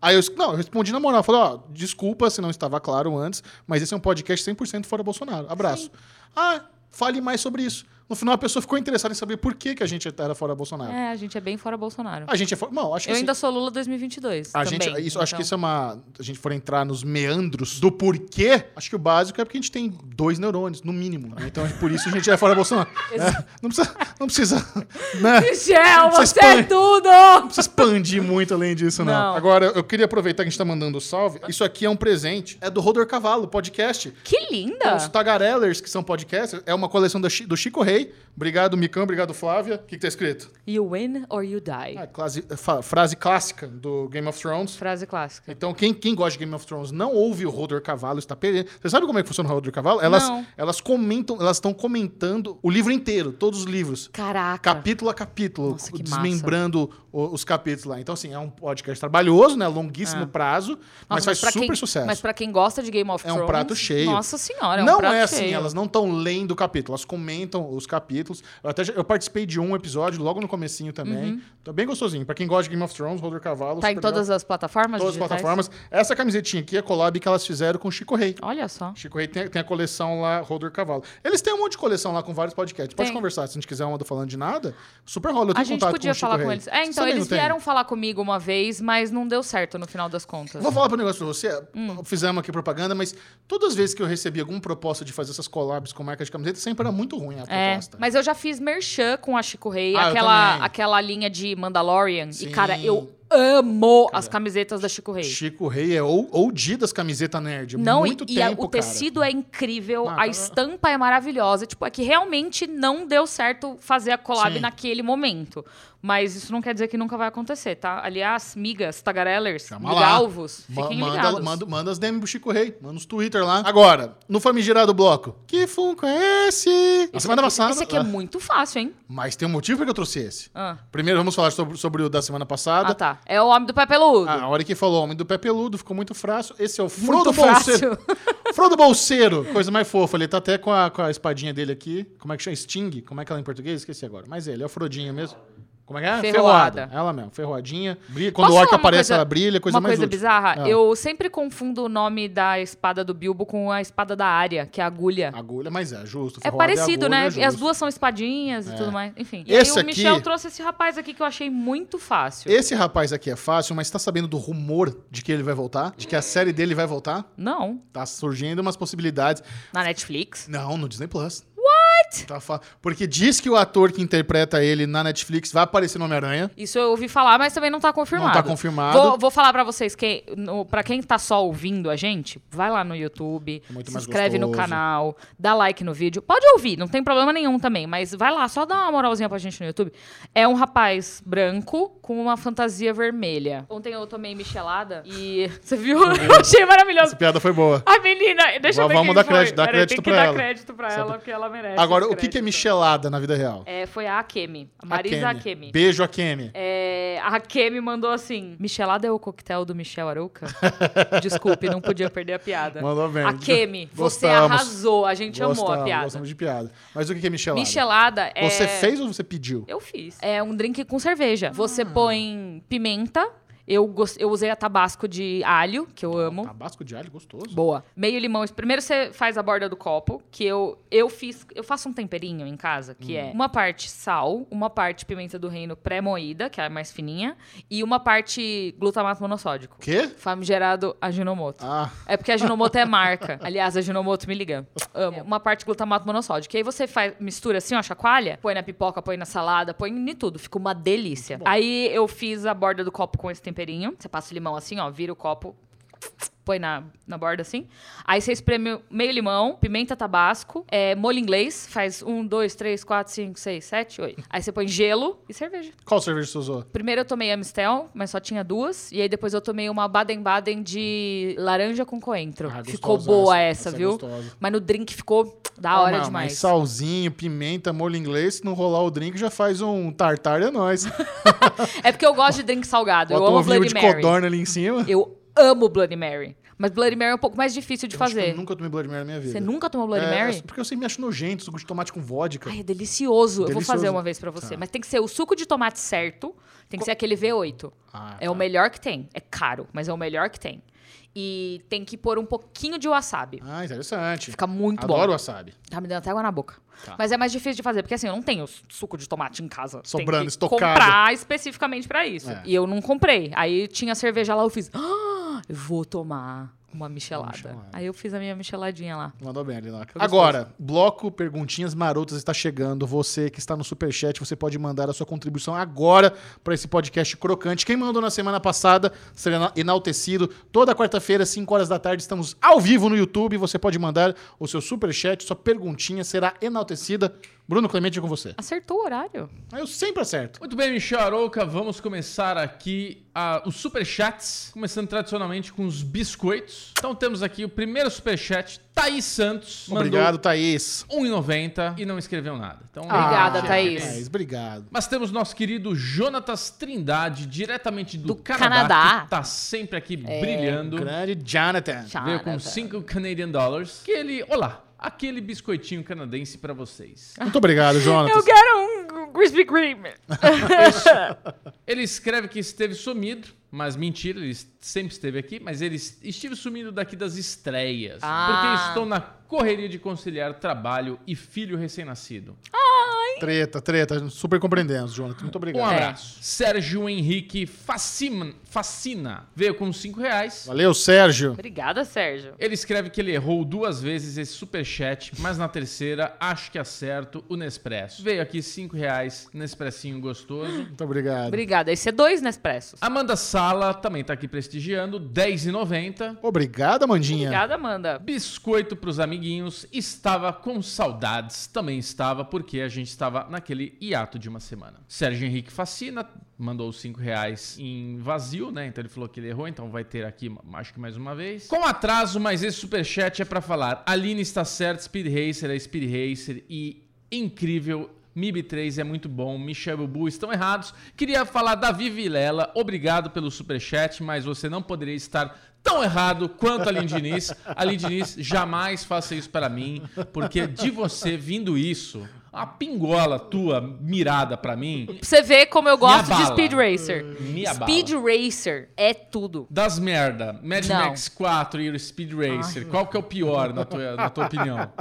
S3: Aí eu, não, eu respondi na moral. Falei: Ó, desculpa se não estava claro antes, mas esse é um podcast 100% fora Bolsonaro. Abraço. Ah, fale mais sobre isso. No final, a pessoa ficou interessada em saber por que, que a gente era fora Bolsonaro.
S2: É, a gente é bem fora Bolsonaro.
S3: A gente é fora. Não, acho que
S2: Eu
S3: assim-
S2: ainda sou Lula 2022.
S3: a
S2: também,
S3: gente, isso, acho
S2: então.
S3: que isso é uma. A gente for entrar nos meandros do porquê, acho que o básico é porque a gente tem dois neurônios, no mínimo. né? Então, é por isso a gente é fora Bolsonaro. né? Não precisa. Não precisa, né? Não
S2: Michel,
S3: Vocês
S2: você é
S3: põem-
S2: tudo!
S3: precisa expandir muito além disso, não.
S2: Não.
S3: Agora, eu queria aproveitar que a gente tá mandando salve. Isso aqui é um presente. É do Rodor Cavalo, podcast.
S2: Que linda!
S3: Os tagarellers, que são podcasters, é uma coleção da Chi- do Chico Rei. Obrigado, Mican. Obrigado, Flávia. O que, que tá escrito?
S2: You win or you die.
S3: Ah, classe- fa- frase clássica do Game of Thrones.
S2: Frase clássica.
S3: Então, quem, quem gosta de Game of Thrones não ouve o Rodor Cavalo, está perdendo. Você sabe como é que funciona o Rodor Cavalo? Elas,
S2: Não.
S3: elas comentam, elas estão comentando o livro inteiro, todos os livros.
S2: Caraca.
S3: Capítulo a capítulo,
S2: Tá. Nossa, que
S3: desmembrando o- os capítulos lá. Então, assim, é um podcast trabalhoso, né? Longuíssimo prazo, mas
S2: Ah. Nossa,
S3: faz
S2: pra
S3: super
S2: quem-
S3: sucesso.
S2: Mas pra quem gosta de Game of
S3: É um
S2: Thrones...
S3: prato cheio.
S2: Nossa senhora, é um
S3: não
S2: prato
S3: é assim,
S2: cheio.
S3: elas não estão lendo o capítulo, elas comentam os capítulos. Eu, até já- eu participei de um episódio logo no comecinho também. Tá bem gostosinho. Pra quem gosta de Game of Thrones, Rodor Cavalo,
S2: Uhum. Tá em
S3: super
S2: todas as plataformas
S3: todas as
S2: digitais?
S3: plataformas. Essa camisetinha aqui é collab que elas fizeram com o Chico Rei.
S2: Olha só.
S3: Chico Rei tem, tem a coleção lá, Rodor Cavalo. Eles têm um monte de coleção lá com vários podcasts. Pode
S2: Tem.
S3: conversar. Se a gente quiser uma do Falando de Nada, super rola. Eu tenho
S2: A gente
S3: contato com
S2: podia
S3: o Chico
S2: falar
S3: Rei.
S2: com eles. É,
S3: Você
S2: então,
S3: também
S2: eles
S3: não tem?
S2: vieram falar comigo uma vez, mas não deu certo no final das contas.
S3: Vou falar para um negócio pra você.
S2: Hum.
S3: Fizemos aqui propaganda, mas todas as vezes que eu recebi alguma proposta de fazer essas collabs com marca de camiseta, sempre era muito ruim a
S2: É,
S3: proposta.
S2: mas eu já fiz merchan com a Chico Rei,
S3: Ah, eu
S2: aquela,
S3: também.
S2: aquela linha de Mandalorian.
S3: Sim.
S2: E, cara, eu amo as camisetas da Chico Rei.
S3: Chico Rei é o- OG das camisetas nerd.
S2: Não,
S3: muito
S2: e, e a-
S3: tempo,
S2: o
S3: cara.
S2: tecido é incrível,
S3: Ah,
S2: a
S3: tá-
S2: estampa é maravilhosa. Tipo, é que realmente não deu certo fazer a collab
S3: Sim.
S2: naquele momento. Mas isso não quer dizer que nunca vai acontecer, tá? Aliás, migas, tagarellers,
S3: Chama lá.
S2: galvos,
S3: Ma-
S2: fiquem
S3: manda,
S2: ligados.
S3: manda, manda as DM pro Chico Rei, manda os Twitter lá. Agora, no famigerado bloco. Que funko é esse? Na
S2: Esse
S3: semana
S2: aqui-
S3: passada.
S2: Esse aqui é
S3: Ah,
S2: muito fácil, hein?
S3: Mas tem um motivo pra que eu trouxe esse.
S2: Ah,
S3: Primeiro vamos falar sobre, sobre o da semana
S2: ah,
S3: passada.
S2: tá. É o homem do pé peludo.
S3: Ah, A hora que falou homem do pé peludo, ficou muito frágil. Esse é o
S2: Muito
S3: Frodo Bolseiro.
S2: fácil.
S3: Frodo Bolseiro, coisa mais fofa. Ele tá até com a, com a espadinha dele aqui. Como é que chama? Sting? Como é que ela é em português? Esqueci agora. Mas ele é o Frodinho mesmo. Como é que é?
S2: Ferroada.
S3: Ela mesmo, ferroadinha. Brilha. Quando o
S2: falar
S3: orc
S2: uma
S3: aparece,
S2: coisa-
S3: ela brilha, é coisa
S2: Uma
S3: mais
S2: coisa
S3: útil.
S2: bizarra,
S3: Ah.
S2: eu sempre confundo o nome da espada do Bilbo com a espada da área, que é a agulha.
S3: Agulha, mas é justo.
S2: É
S3: Ferroada
S2: parecido,
S3: agulha,
S2: né?
S3: é
S2: e as
S3: justo. É.
S2: duas são espadinhas e tudo mais. Enfim. E
S3: Esse
S2: aí o
S3: aqui-
S2: Michel trouxe esse rapaz aqui que eu achei muito fácil.
S3: Esse rapaz aqui é fácil, mas tá sabendo do rumor de que ele vai voltar? De que a série dele vai voltar?
S2: Não.
S3: Tá surgindo umas possibilidades.
S2: Na Netflix.
S3: Não, no Disney Plus. What? Tá fa- Porque diz que o ator que interpreta ele na Netflix vai aparecer no Homem-Aranha.
S2: Isso eu ouvi falar, mas também não tá confirmado.
S3: Não tá confirmado.
S2: Vou, vou falar pra vocês que, no, pra quem tá só ouvindo a gente, vai lá no YouTube,
S3: É muito
S2: se
S3: mais
S2: inscreve no
S3: gostoso.
S2: canal, dá like no vídeo. Pode ouvir, não tem problema nenhum também, mas vai lá, só dá uma moralzinha pra gente no YouTube. É um rapaz branco com uma fantasia vermelha. Ontem eu tomei michelada e. Você viu? Eu achei maravilhoso.
S3: Essa piada foi boa.
S2: A menina, deixa eu ver
S3: Vamos
S2: quem
S3: dar
S2: foi.
S3: crédito, dá
S2: Peraí,
S3: crédito
S2: tem que
S3: pra
S2: dar
S3: ela.
S2: crédito pra
S3: Só
S2: ela,
S3: pra-
S2: porque ela merece.
S3: Agora,
S2: esse
S3: o que, que é
S2: crédito.
S3: michelada na vida real?
S2: É, foi a Akemi, a Marisa Akemi.
S3: Beijo, Akemi.
S2: É, a Akemi mandou assim: Michelada é o coquetel do Michel Arouca? Desculpe, não podia perder a piada.
S3: Mandou bem.
S2: Akemi, você
S3: Gostamos.
S2: arrasou, a gente amou a
S3: Gostamos,
S2: piada.
S3: Gostamos de piada. Mas o que, que é michelada?
S2: Michelada é.
S3: Você fez Ah. ou você pediu?
S2: Eu fiz. É um drink com cerveja. Você põe pimenta. Eu, gos- eu usei a tabasco de alho, que eu amo.
S3: Tabasco de alho, gostoso.
S2: Boa. Meio limão. Primeiro você faz a borda do copo, que eu eu fiz, eu faço um temperinho em casa, que é uma parte sal, uma parte pimenta do reino pré-moída, que é a mais fininha, e uma parte glutamato monossódico.
S3: O quê?
S2: Famigerado aginomoto.
S3: Ah,
S2: É porque a Ginomoto é marca. Aliás, a Ginomoto me liga. Amo. Uma parte glutamato monossódico. E aí você faz, mistura assim, ó, chacoalha, põe na pipoca, põe na salada, põe em tudo. Fica uma delícia. Aí eu fiz a borda do copo com esse temperinho. Você passa o limão assim, ó, vira o copo. põe na, na borda assim. Aí você espreme meio limão, pimenta tabasco, é, molho inglês, faz um, dois, três, quatro, cinco, seis, sete, oito. Aí você põe gelo e cerveja.
S3: Qual cerveja você usou?
S2: Primeiro eu tomei Amstel, mas só tinha duas. E aí depois eu tomei uma Baden-Baden de laranja com coentro.
S3: Ah,
S2: ficou
S3: gostosa
S2: boa
S3: essa.
S2: essa,
S3: Essa é
S2: viu?
S3: gostosa.
S2: mas no drink ficou da hora
S3: Ah, mas-
S2: demais.
S3: Mas salzinho, pimenta, molho inglês, se não rolar o drink, já faz um tartar é nóis.
S2: É porque eu gosto de drink salgado. eu
S3: Bota um
S2: amo
S3: vinho
S2: Bloody
S3: de
S2: Mary.
S3: codorna ali em cima.
S2: Eu amo Bloody Mary. Mas Bloody Mary é um pouco mais difícil de
S3: Eu acho que
S2: fazer.
S3: Eu nunca tomei Bloody Mary na minha vida.
S2: Você nunca tomou Bloody
S3: É,
S2: Mary?
S3: é Porque eu sempre me acho nojento, suco de tomate com vodka.
S2: Ai, é delicioso. Eu vou
S3: Delicioso.
S2: fazer uma vez pra você.
S3: Tá.
S2: Mas tem que ser o suco de tomate certo. Tem que ser aquele V8.
S3: Ah,
S2: É o melhor que tem. É caro, mas é o melhor que tem. E tem que pôr um pouquinho de wasabi.
S3: Ah, interessante.
S2: Fica muito
S3: Adoro Tá.
S2: bom.
S3: wasabi.
S2: Tá me dando até água na boca. Mas é mais difícil de fazer, porque assim, eu não tenho suco de tomate em casa.
S3: Sobrando,
S2: Tem que
S3: estocado.
S2: comprar especificamente pra isso.
S3: É.
S2: E eu não comprei. Aí tinha cerveja lá, eu fiz... "Ah, eu vou tomar uma michelada.
S3: michelada.
S2: Aí eu fiz a minha micheladinha lá.
S3: Mandou bem ali, Noca.
S2: Foi gostoso.
S3: Agora, bloco Perguntinhas Marotas está chegando. Você que está no Superchat, você pode mandar a sua contribuição agora para esse podcast crocante. Quem mandou na semana passada será ena- enaltecido. Toda quarta-feira, às 5 horas da tarde, estamos ao vivo no YouTube. Você pode mandar o seu Superchat, sua perguntinha será enaltecida. Bruno Clemente é com você.
S2: Acertou o horário.
S3: Ah, Eu sempre acerto.
S1: Muito bem, Michel Arouca, vamos começar aqui ah, os superchats, começando tradicionalmente com os biscoitos. Então temos aqui o primeiro superchat, Thaís Santos,
S3: Obrigado, Thaís.
S1: mandou 1,90 e não escreveu nada. Então,
S2: Obrigada,
S1: ah,
S2: Thaís.
S3: Obrigado.
S1: Mas temos nosso querido Jonatas Trindade, diretamente do,
S2: Do
S1: Canadá,
S2: Canadá. É,
S1: que tá sempre aqui brilhando.
S3: Grande Jonathan.
S2: Tchau.
S1: Veio com
S2: Jonathan.
S1: 5 Canadian Dollars. Que ele, olá, aquele biscoitinho canadense pra vocês.
S3: Muito obrigado, Jonathan.
S2: Eu quero um Krispy Kreme.
S1: Ele escreve que esteve sumido, mas mentira, ele est- sempre esteve aqui, mas ele est- estive sumido daqui das estreias.
S2: Ah.
S1: Porque estou na correria de conciliar trabalho e filho recém-nascido.
S3: Treta, treta. Super compreendemos, Jonathan. Muito
S1: Um
S3: obrigado.
S1: abraço. Sérgio Henrique Facina, Facina veio com 5 reais.
S3: Valeu, Sérgio.
S2: Obrigada,
S3: É.
S2: Sérgio.
S1: Ele escreve que ele errou duas vezes esse superchat, mas na terceira acho que acerto o Nespresso. Veio aqui 5 reais, Nespressinho gostoso.
S3: Muito obrigado.
S2: Obrigada. Esse é dois Nespressos.
S1: Amanda Sala também tá aqui prestigiando, 10,90.
S3: Obrigado, Amandinha.
S2: Obrigada, Amanda.
S1: Biscoito pros amiguinhos, estava com saudades, também estava, porque a gente estava naquele hiato de uma semana. Sérgio Henrique Facina mandou os 5 reais em vazio, né? Então ele falou que ele errou, então vai ter aqui, ma- acho que mais uma vez. Com atraso, mas esse superchat é pra falar. Aline está certa, Speed Racer é Speed Racer e incrível. MIB3 é muito bom, Michel Bubu estão errados. Queria falar Davi Vilela, obrigado pelo superchat, mas você não poderia estar tão errado quanto a Aline Diniz. Aline Diniz, jamais faça isso para mim, porque de você vindo isso, a pingola tua mirada para mim,
S2: Pra você ver como eu gosto de
S1: abala.
S2: Speed Racer.
S3: Hum,
S1: me abala.
S2: Speed Racer é tudo.
S1: Das merda, Mad
S2: Não.
S1: Max 4 e o Speed Racer, qual que é o pior na tua, na tua opinião?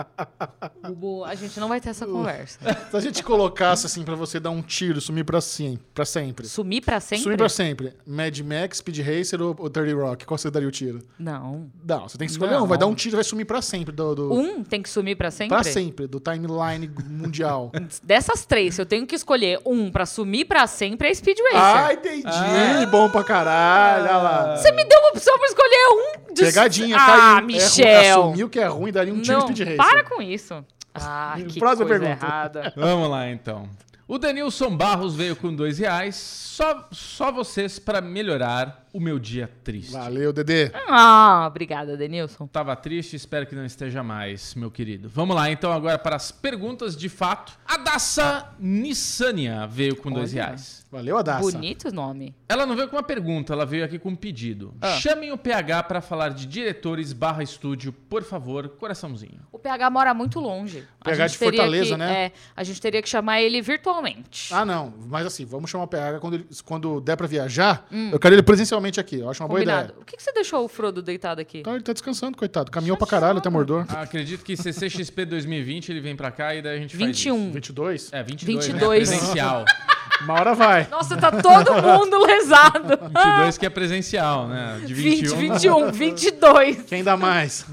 S2: Bubu, A gente não vai ter essa conversa.
S3: Se a gente colocasse assim pra você dar um tiro, sumir pra, sim, pra sempre.
S2: Sumir pra sempre?
S3: Sumir pra sempre. Mad Max, Speed Racer ou, ou 30 Rock? Qual você daria o tiro?
S2: Não.
S3: Não, você tem que escolher
S1: Não.
S3: um. Vai dar um tiro e vai sumir pra sempre do... do
S2: Um tem que sumir pra sempre?
S3: Pra sempre, do timeline mundial.
S2: Dessas três, se eu tenho que escolher um pra sumir pra sempre, é Speed
S3: ah,
S2: Racer.
S3: entendi.
S1: Ah.
S3: Bom pra caralho, olha lá.
S2: Você me deu uma opção pra escolher um. de-
S3: Pegadinha,
S2: Ah,
S3: caiu. É,
S2: Michel.
S3: assumiu que é ruim, daria um tiro
S2: não,
S3: em Speed Racer.
S2: para com isso. Ah, que coisa
S3: Próxima pergunta.
S2: errada.
S1: Vamos lá, então. O Denilson Barros veio com dois reais, só, só vocês para melhorar o meu dia triste.
S3: Valeu, Dedê.
S2: Ah, obrigada, Denilson.
S1: Tava triste, espero que não esteja mais, meu querido. Vamos lá, então, agora para as perguntas de fato. A Daça Nissania veio com dois
S2: Olha.
S1: reais.
S3: Valeu, Adassa.
S2: Bonito o nome.
S1: Ela não veio com uma pergunta, ela veio aqui com um pedido.
S2: Ah.
S1: Chamem o PH para falar de diretores barra estúdio, por favor, coraçãozinho.
S2: O PH mora muito longe. A
S3: PH
S2: gente
S3: de
S2: teria
S3: Fortaleza,
S2: que-
S3: né?
S2: É, a gente teria que chamar ele virtualmente.
S3: Ah, não. Mas assim, vamos chamar o PH quando, ele- quando der pra viajar. Eu quero ele presencialmente aqui. Eu acho uma boa
S2: Hum. Combinado.
S3: ideia.
S2: O que, que você deixou o Frodo deitado aqui?
S3: Então ele tá descansando, coitado. Caminhou
S2: Tá
S3: pra caralho até Mordor.
S1: Ah, Acredito que CCXP 2020 ele vem para cá e daí a gente faz isso.
S2: 21.
S3: 22?
S1: É, 22, 22. Né?
S2: 22.
S1: presencial.
S3: Uma hora vai.
S2: Nossa, tá todo mundo lesado.
S1: 22 que é presencial, né? De
S2: 20,
S1: 21.
S2: 21, 22.
S3: Quem dá mais?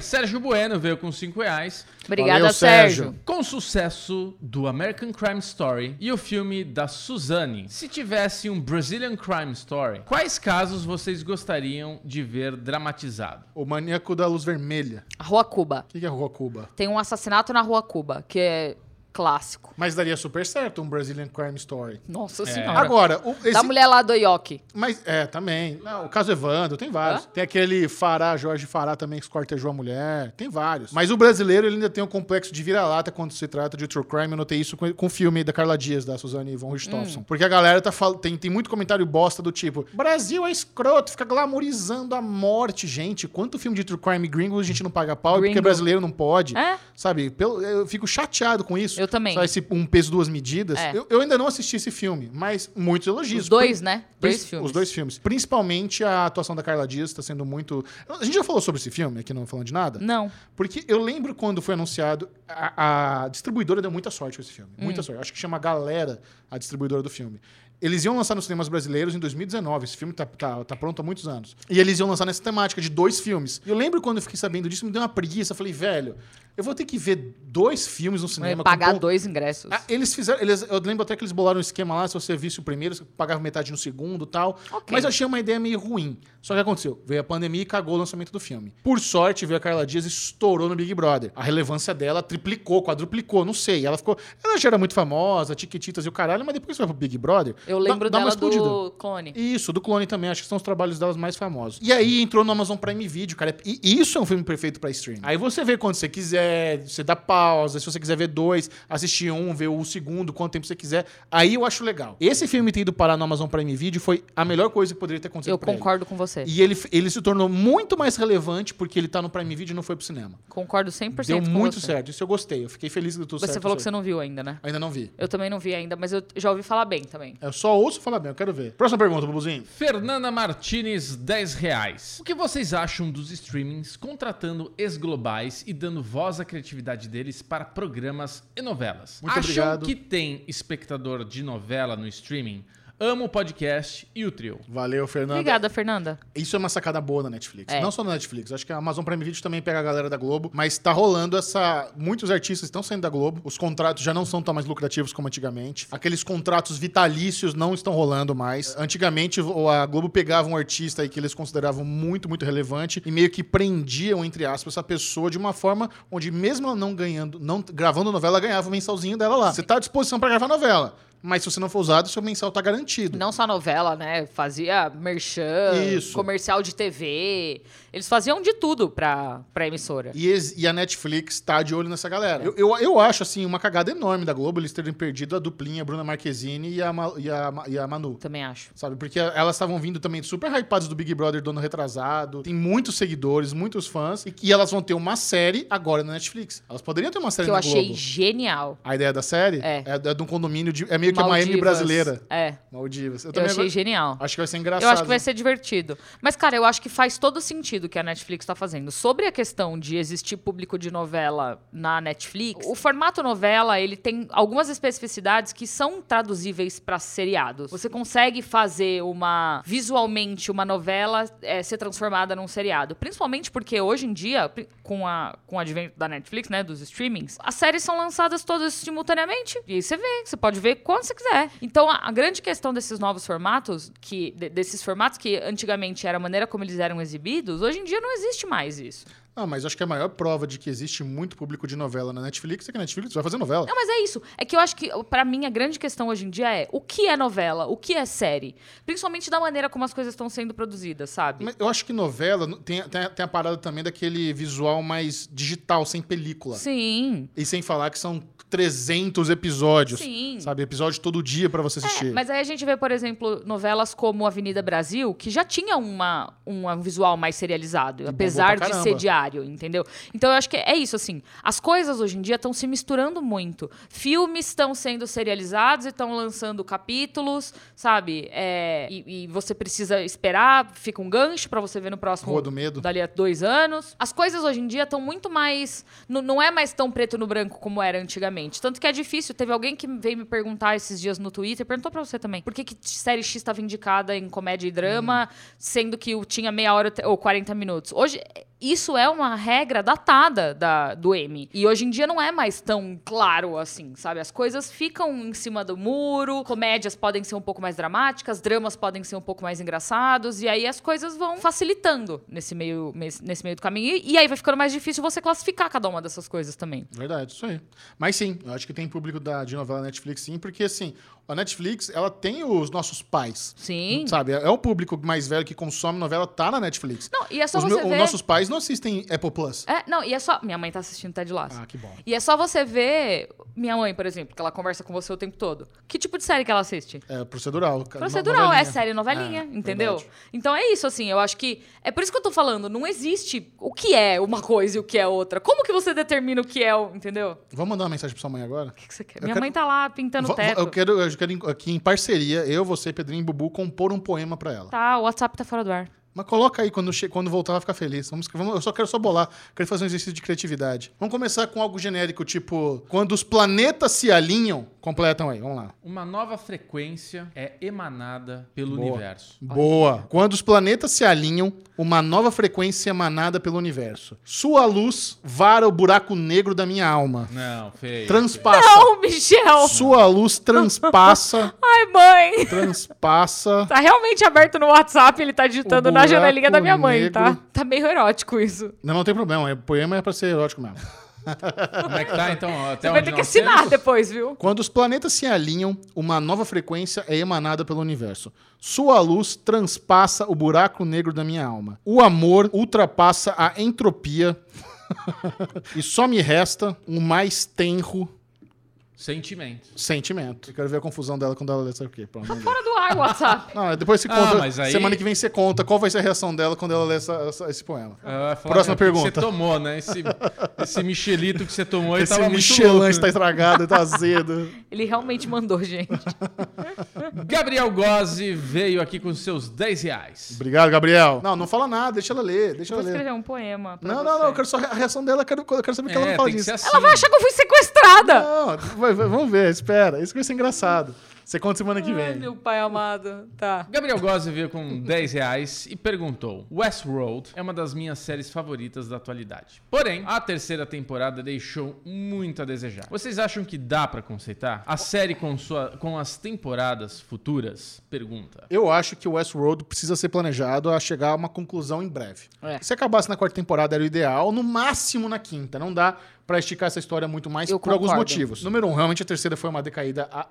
S1: Sérgio Bueno veio com 5 reais.
S2: Obrigada,
S3: Valeu,
S2: Sérgio.
S3: Sérgio.
S1: Com o sucesso do American Crime Story e o filme da Suzanne, se tivesse um Brazilian Crime Story, quais casos vocês gostariam de ver dramatizado?
S3: O maníaco da luz vermelha.
S2: A Rua Cuba.
S3: O que que é Rua Cuba?
S2: Tem um assassinato na Rua Cuba, que é clássico.
S3: Mas daria super certo um Brazilian Crime Story.
S2: Nossa senhora.
S3: É. Agora, o, esse...
S2: Da mulher lá do Ioki.
S3: Mas, é, também. Não, o caso Evandro, tem vários. Tem aquele Fará, Jorge Fará também, que escortejou a mulher. Tem vários. Mas o brasileiro, ele ainda tem um complexo de vira-lata quando se trata de true crime. Eu notei isso com, com o filme da Carla Dias, da Suzane von
S2: Hum.
S3: Richthofen. Porque a galera tá fal- tem, tem muito comentário bosta do tipo, Brasil é escroto, fica glamorizando a morte, gente. Quanto filme de true crime gringo a gente não paga pau,
S2: Gringo.
S3: porque brasileiro não pode.
S2: É?
S3: Sabe, pelo- eu fico chateado com isso.
S2: Eu também.
S3: Só esse um peso, duas medidas.
S2: É.
S3: Eu, eu ainda não assisti esse filme, mas muitos elogios.
S2: Os dois, né? Dois
S3: Princi-
S2: filmes.
S3: Os dois filmes. Principalmente a atuação da Carla Dias está sendo muito. A gente já falou sobre esse filme aqui, não falando de nada?
S2: Não.
S3: Porque eu lembro quando foi anunciado, a, a distribuidora deu muita sorte com esse filme.
S2: Hum.
S3: Muita sorte. Acho que chama Galera, a distribuidora do filme. Eles iam lançar nos cinemas brasileiros em 2019. Esse filme tá, tá- tá pronto há muitos anos. E eles iam lançar nessa temática de dois filmes. E eu lembro quando eu fiquei sabendo disso, me deu uma preguiça. Eu falei, velho, eu vou ter que ver dois filmes no cinema.
S2: É
S3: com
S2: pagar
S3: pon-
S2: dois ingressos.
S3: ah, eles fizeram. Eles, eu lembro até que eles bolaram um esquema lá, se você visse o primeiro, você pagava metade no segundo e tal.
S2: Ok.
S3: Mas eu achei uma ideia meio ruim. Só que aconteceu, veio a pandemia e cagou o lançamento do filme. Por sorte, veio a Carla Dias e estourou no Big Brother. A relevância dela triplicou, quadruplicou, não sei. Ela ficou. Ela já era muito famosa, Tiquetitas e o caralho, mas depois que você vai pro Big Brother.
S2: Eu
S3: dá-
S2: lembro
S3: dá
S2: dela
S3: uma explodida.
S2: do clone.
S3: Isso, do Clone também. Acho que são os trabalhos delas mais famosos. E aí entrou no Amazon Prime Video, cara. E isso é um filme perfeito pra streaming. Aí você vê quando você quiser, você dá pausa. Se você quiser ver dois, assistir um, ver o segundo, quanto tempo você quiser. Aí eu acho legal. Esse filme ter ido parar no Amazon Prime Video foi a melhor coisa que poderia ter acontecido
S2: Eu
S3: pra ele.
S2: concordo com você.
S3: E ele, ele se tornou muito mais relevante porque ele tá no Prime Video e não foi pro cinema.
S2: Concordo 100%
S3: Deu
S2: com
S3: muito
S2: você.
S3: certo. Isso eu gostei. Eu fiquei feliz que tudo
S2: Você
S3: certo.
S2: falou que
S3: isso
S2: você
S3: aí.
S2: não viu ainda, né?
S3: Ainda não vi.
S2: Eu também não vi ainda, mas eu já ouvi falar bem também.
S3: Eu só ouço falar bem, eu quero ver. Próxima pergunta, Bubuzinho.
S1: Fernanda Martinez, 10 reais. O que vocês acham dos streamings contratando ex-globais e dando voz à criatividade deles para programas e novelas?
S3: Muito
S1: acham
S3: obrigado.
S1: que tem espectador de novela no streaming? Amo o podcast e o trio.
S3: Valeu, Fernando.
S2: Obrigada, Fernanda.
S3: Isso é uma sacada boa da Netflix.
S2: É.
S3: Não só da Netflix. Acho que a Amazon Prime Video também pega a galera da Globo. Mas tá rolando essa. Muitos artistas estão saindo da Globo. Os contratos já não são tão mais lucrativos como antigamente. Aqueles contratos vitalícios não estão rolando mais. Antigamente, o- a Globo pegava um artista aí que eles consideravam muito, muito relevante e meio que prendiam, entre aspas, essa pessoa de uma forma onde, mesmo ela não ganhando, não gravando novela, ela ganhava o mensalzinho dela lá. Você tá à disposição pra gravar novela. Mas se você não for usado, seu mensal tá garantido.
S2: Não só novela, né? Fazia merchan,
S3: Isso.
S2: comercial de TV. Eles faziam de tudo pra, pra emissora.
S3: E, ex- e a Netflix tá de olho nessa galera. É. Eu, eu, eu acho, assim, uma cagada enorme da Globo eles terem perdido a duplinha Bruna Marquezine e a, Ma- e a, Ma- e a Manu.
S2: Também acho.
S3: Sabe? Porque elas estavam vindo também super hypadas do Big Brother do ano retrasado. Tem muitos seguidores, muitos fãs. E, e elas vão ter uma série agora na Netflix. Elas poderiam ter uma série
S2: Que eu
S3: na
S2: achei
S3: Globo.
S2: genial.
S3: A ideia da série
S2: É.
S3: é, de um condomínio de. É meio que uma M
S2: Maldivas.
S3: brasileira.
S2: É.
S3: Maldivas. Eu
S2: Eu,
S3: também
S2: achei
S3: agora-
S2: genial.
S3: acho que vai ser engraçado.
S2: Eu acho que vai ser divertido. Mas, cara, eu acho que faz todo sentido o que a Netflix tá fazendo. Sobre a questão de existir público de novela na Netflix, o formato novela, ele tem algumas especificidades que são traduzíveis para seriados. Você consegue fazer uma, visualmente, uma novela eh, ser transformada num seriado. Principalmente porque hoje em dia, pri- com, a, com o advento da Netflix, né, dos streamings, as séries são lançadas todas simultaneamente. E aí você vê, você pode ver quando você quiser. Então, a, a grande questão desses novos formatos, que de- desses formatos que antigamente era a maneira como eles eram exibidos, hoje em dia não existe mais isso.
S3: Não, mas acho que a maior prova de que existe muito público de novela na Netflix é que a Netflix vai fazer novela.
S2: Não, mas é isso. É que eu acho que, pra mim, a grande questão hoje em dia é o que é novela, o que é série. Principalmente da maneira como as coisas estão sendo produzidas, sabe?
S3: Mas Eu acho que novela no- tem, tem, tem a parada também daquele visual mais digital, sem película.
S2: Sim.
S3: E sem falar que são 300 episódios.
S2: Sim.
S3: Sabe? Episódio todo dia pra você assistir.
S2: É, mas aí a gente vê, por exemplo, novelas como Avenida Brasil, que já tinha uma, uma visual mais serializado,
S3: bombou
S2: apesar
S3: pra
S2: de ser
S3: caramba.
S2: diário, entendeu? Então eu acho que é isso, assim. As coisas hoje em dia estão se misturando muito. Filmes estão sendo serializados e estão lançando capítulos, sabe? É, e, e você precisa esperar, fica um gancho pra você ver no próximo
S3: Rua do Medo.
S2: dali a dois anos. As coisas hoje em dia estão muito mais. n- Não é mais tão preto no branco como era obviamente. Tanto que é difícil. Teve alguém que veio me perguntar esses dias no Twitter, perguntou pra você também, por que, que série X estava indicada em comédia e drama, sendo que o tinha meia hora ou 40 minutos. Hoje, isso é uma regra datada da, do M. E hoje em dia não é mais tão claro assim, sabe? As coisas ficam em cima do muro, comédias podem ser um pouco mais dramáticas, dramas podem ser um pouco mais engraçados, e aí as coisas vão facilitando nesse meio, nesse meio do caminho. E, e aí vai ficando mais difícil você classificar cada uma dessas coisas também.
S3: Verdade, isso aí. Mas sim, eu acho que tem público da, de novela Netflix sim, porque assim, a Netflix, ela tem os nossos pais.
S2: Sim.
S3: Sabe? É o público mais velho que consome novela, tá na Netflix.
S2: Não, e é só
S3: os,
S2: você
S3: meu- os
S2: ver-
S3: nossos pais não assistem Apple Plus.
S2: É, não, e é só. Minha mãe tá assistindo Ted Lasso.
S3: Ah, que bom.
S2: E é só você ver minha mãe, por exemplo, que ela conversa com você o tempo todo. Que tipo de série que ela assiste?
S3: É procedural. ca-
S2: Procedural,
S3: novelinha.
S2: é série novelinha,
S3: É,
S2: entendeu?
S3: verdade.
S2: Então é isso, assim, eu acho que. É por isso que eu tô falando, não existe o que é uma coisa e o que é outra. Como que você determina o que é, o- entendeu? O
S3: Vamos mandar uma mensagem pra sua mãe agora?
S2: que, que você quer?
S3: Eu
S2: Minha
S3: quero-
S2: mãe tá lá pintando o
S3: Va- va-
S2: teto.
S3: Eu quero, eu quero aqui em parceria, eu, você, Pedrinho e Bubu, compor um poema pra ela.
S2: Tá, o WhatsApp tá fora do ar.
S3: Mas coloca aí quando, che- quando voltar, ela fica feliz. Vamos, vamos- eu só quero só bolar. Quero fazer um exercício de criatividade. Vamos começar com algo genérico, tipo, quando os planetas se alinham, completam aí, vamos lá.
S1: Uma nova frequência é emanada pelo
S3: Boa.
S1: universo.
S3: Boa. Quando os planetas se alinham, uma nova frequência é emanada pelo universo. Sua luz vara o buraco negro da minha alma.
S1: Não, feio.
S3: Transpassa.
S2: Ô, Michel!
S3: Sua luz transpassa,
S2: Ai, mãe!
S3: transpassa
S2: Tá realmente aberto no WhatsApp, ele tá digitando
S3: O
S2: na janelinha da
S3: buraco
S2: minha mãe, tá?
S3: negro.
S2: Tá meio erótico isso.
S3: Não, não tem problema. O poema é pra ser erótico mesmo.
S1: Como é que tá, então? ó, Até
S2: Você vai
S1: onde
S2: ter que
S1: nós
S2: assinar
S1: temos?
S2: depois, viu?
S3: Quando os planetas se alinham, uma nova frequência é emanada pelo universo. Sua luz transpassa o buraco negro da minha alma. O amor ultrapassa a entropia. e só me resta um mais tenro
S1: Sentimento.
S3: sentimento. Eu quero ver a confusão dela quando ela ler isso aqui. pelo amor de Deus.
S2: Fora do ar, o WhatsApp.
S3: Não, é depois você
S1: Ah,
S3: conta.
S1: mas aí-
S3: Semana que vem você conta qual vai ser a reação dela quando ela ler essa- essa- esse poema.
S1: Ela Ah, vai falar, "Meu,
S3: Próxima
S1: o que
S3: pergunta."
S1: Você tomou, né? Esse, esse Michelito que você tomou, ele
S3: Esse
S1: tava muito
S3: Michelin
S1: louco.
S3: está estragado, está azedo.
S2: Ele realmente mandou, gente.
S1: Gabriel Gozzi veio aqui com seus 10 reais.
S3: Obrigado, Gabriel. Não, não fala nada, deixa ela ler, deixa
S2: Vou
S3: ela ler.
S2: escrever um poema. pra
S3: Não,
S2: você.
S3: não, não, eu quero só a reação dela, eu quero, eu quero saber o que ela
S1: assim. É,
S3: não fala
S1: tem que
S3: disso.
S1: ser assim.
S2: Ela vai achar que eu fui sequestrada.
S3: Não, vai- vai- vamos ver, espera. Isso que vai ser engraçado. Você conta semana
S1: Ah,
S3: que
S2: Ai,
S3: vem.
S2: meu pai amado. Tá.
S1: Gabriel Gozzi veio com 10 reais e perguntou: Westworld é uma das minhas séries favoritas da atualidade. Porém, a terceira temporada deixou muito a desejar. Vocês acham que dá pra conceitar? A série com, sua, com as temporadas futuras?
S2: Tá.
S1: Pergunta.
S3: Eu acho que o Westworld precisa ser planejado a chegar a uma conclusão em breve.
S2: É.
S3: Se acabasse na quarta temporada era o ideal, no máximo na quinta. Não dá pra esticar essa história muito mais
S2: Eu
S3: por alguns
S2: concordo.
S3: motivos. Número um, realmente a terceira foi uma decaída a-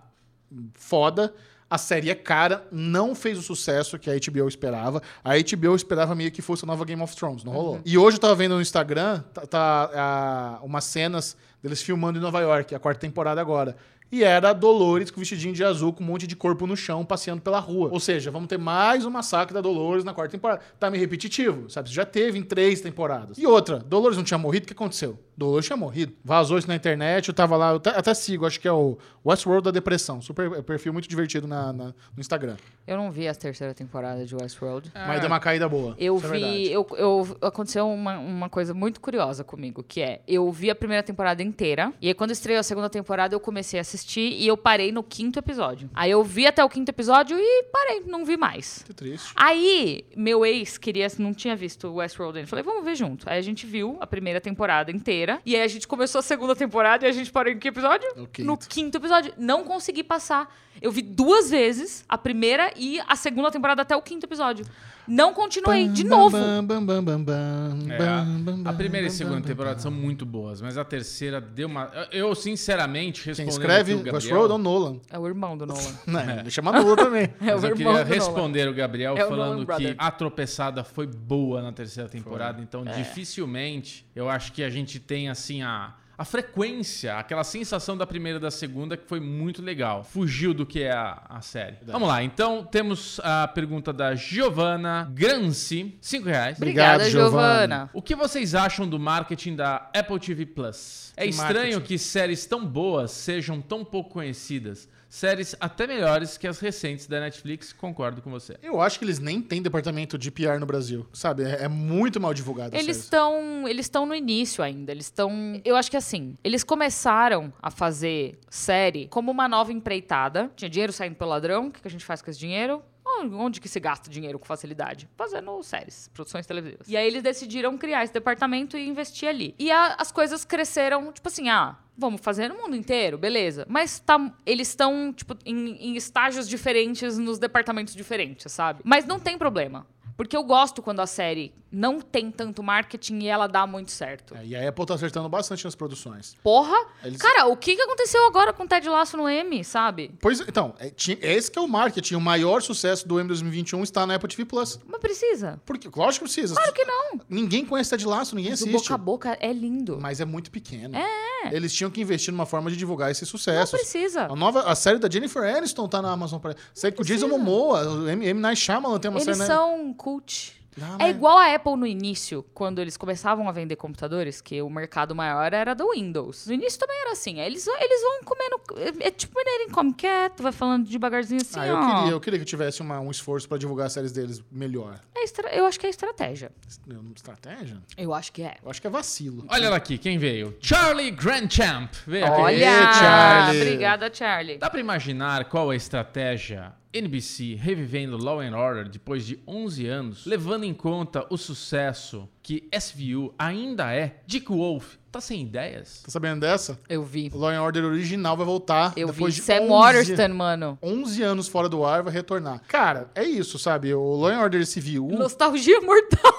S3: foda. A série é cara, não fez o sucesso que a HBO esperava. A HBO esperava meio que fosse a nova Game of Thrones, não
S2: Uhum.
S3: rolou. E hoje eu tava vendo no Instagram tá, tá, ah, umas cenas deles filmando em Nova York, a quarta temporada agora. E era a Dolores com vestidinho de azul, com um monte de corpo no chão, passeando pela rua. Ou seja, vamos ter mais um massacre da Dolores na quarta temporada. Tá meio repetitivo, sabe? Isso já teve em três temporadas. E outra, Dolores não tinha morrido, o que aconteceu? Dolores tinha morrido. Vazou isso na internet, eu tava lá, eu até, até sigo, acho que é o Westworld da Depressão. Super é perfil muito divertido na- na- no Instagram.
S2: Eu não vi a terceira temporada de Westworld.
S3: Mas deu uma caída boa.
S2: Ah. Eu
S3: Isso é
S2: vi.
S3: verdade.
S2: eu, eu- aconteceu uma, uma coisa muito curiosa comigo, que é eu vi a primeira temporada inteira. E aí, quando estreou a segunda temporada, eu comecei a assistir e eu parei no quinto episódio. Aí eu vi até o quinto episódio e parei, não vi mais.
S3: Muito triste.
S2: Aí, meu ex queria, não tinha visto Westworld ainda. Falei, vamos ver junto. Aí a gente viu a primeira temporada inteira. E aí a gente começou a segunda temporada e a gente parou em que episódio?
S3: No quinto.
S2: No quinto episódio. Não consegui passar. Eu vi duas vezes a primeira e a segunda temporada até o quinto episódio. Não continuei, de novo.
S3: Bam, bam, bam, bam,
S1: É, a,
S3: bam, bam,
S1: a primeira e
S3: bam,
S1: segunda
S3: bam, bam.
S1: temporada são muito boas, mas a terceira deu uma. Eu, sinceramente,
S3: Quem
S1: respondendo.
S3: escreve
S1: aqui o Gabriel-
S3: Westworld é o Nolan.
S2: É o irmão do Nolan.
S3: Não, ele chama Nolan também.
S2: É
S1: Mas
S2: o
S1: eu
S2: irmão
S1: queria
S2: do Nolan.
S1: responder o Gabriel
S2: É o Nolan
S1: falando
S2: Brother. É.
S1: que a tropeçada foi boa na terceira temporada, então dificilmente eu acho que a gente tem assim a, a frequência, aquela sensação da primeira e da segunda que foi muito legal. Fugiu do que é a, a série. Vamos lá, então temos a pergunta da Giovanna Granci, 5 reais.
S2: Obrigada,
S3: Obrigado,
S2: Giovana.
S1: O que vocês acham do marketing da Apple TV Plus? É
S3: Que
S1: estranho
S3: marketing?
S1: que séries tão boas sejam tão pouco conhecidas. Séries até melhores que as recentes da Netflix, concordo com você.
S3: Eu acho que eles nem têm departamento de PR no Brasil, sabe? É, é muito mal divulgado.
S2: Eles
S3: sério.
S2: estão, eles estão no início ainda. Eles estão, eu acho que as assim, eles começaram a fazer série como uma nova empreitada. Tinha dinheiro saindo pelo ladrão, o que que a gente faz com esse dinheiro? Onde que se gasta dinheiro com facilidade? Fazendo séries, produções televisivas. E aí eles decidiram criar esse departamento e investir ali. E a- as coisas cresceram, tipo assim, ah, vamos fazer no mundo inteiro, beleza. Mas tá, eles estão, tipo, em, em estágios diferentes, nos departamentos diferentes, sabe? Mas não tem problema. Porque eu gosto quando a série não tem tanto marketing e ela dá muito certo.
S3: É, e a Apple tá acertando bastante nas produções.
S2: Porra!
S3: Eles-
S2: Cara, o que que aconteceu agora com o Ted Lasso no M, sabe?
S3: Pois é, então, é, ti- esse que é o marketing. O maior sucesso do M 2021 está na Apple TV Plus.
S2: Mas precisa.
S3: Porque, lógico que precisa.
S2: Claro que não.
S3: Ninguém conhece Ted Lasso, ninguém
S2: Mas o
S3: assiste.
S2: boca a boca é lindo.
S3: Mas é muito pequeno. É. Eles tinham que investir numa forma de divulgar esses
S2: Não
S3: sucessos.
S2: precisa.
S3: A, nova, a série da Jennifer Aniston tá na Amazon Prime. Série que o Jason
S2: precisa.
S3: Momoa, o M, M. Night Shyamalan tem uma
S2: Eles
S3: série...
S2: são um cult.
S3: na- Ah,
S2: É
S3: mas-
S2: igual a Apple no início, quando eles começavam a vender computadores, que o mercado maior era do Windows. No início também era assim. Eles, eles vão comendo. É, é tipo mineirinho come quieto, vai falando devagarzinho assim.
S3: Ah, eu
S2: ó.
S3: queria, eu queria que tivesse uma- um esforço pra divulgar as séries deles melhor.
S2: É estra- eu acho que é estratégia.
S3: Estratégia?
S2: Eu acho que é.
S3: Eu acho que é vacilo.
S1: Olha lá aqui, quem veio? Charlie Grandchamp. Veio aqui.
S2: Olha!
S3: Charlie.
S2: Obrigada, Charlie.
S1: Dá pra imaginar qual é a estratégia NBC revivendo Law and Order depois de 11 anos, levando em conta o sucesso que SVU ainda é? Dick Wolf tá sem ideias?
S3: Tá sabendo dessa?
S2: Eu vi.
S3: O Law and Order original vai voltar
S2: Eu
S3: depois
S2: vi.
S3: de
S2: Sam
S3: 11
S2: Waterston, mano.
S3: 11 anos fora do ar, vai retornar. Cara, é isso, sabe? O Law and Order Civil 1,
S2: Nostalgia mortal.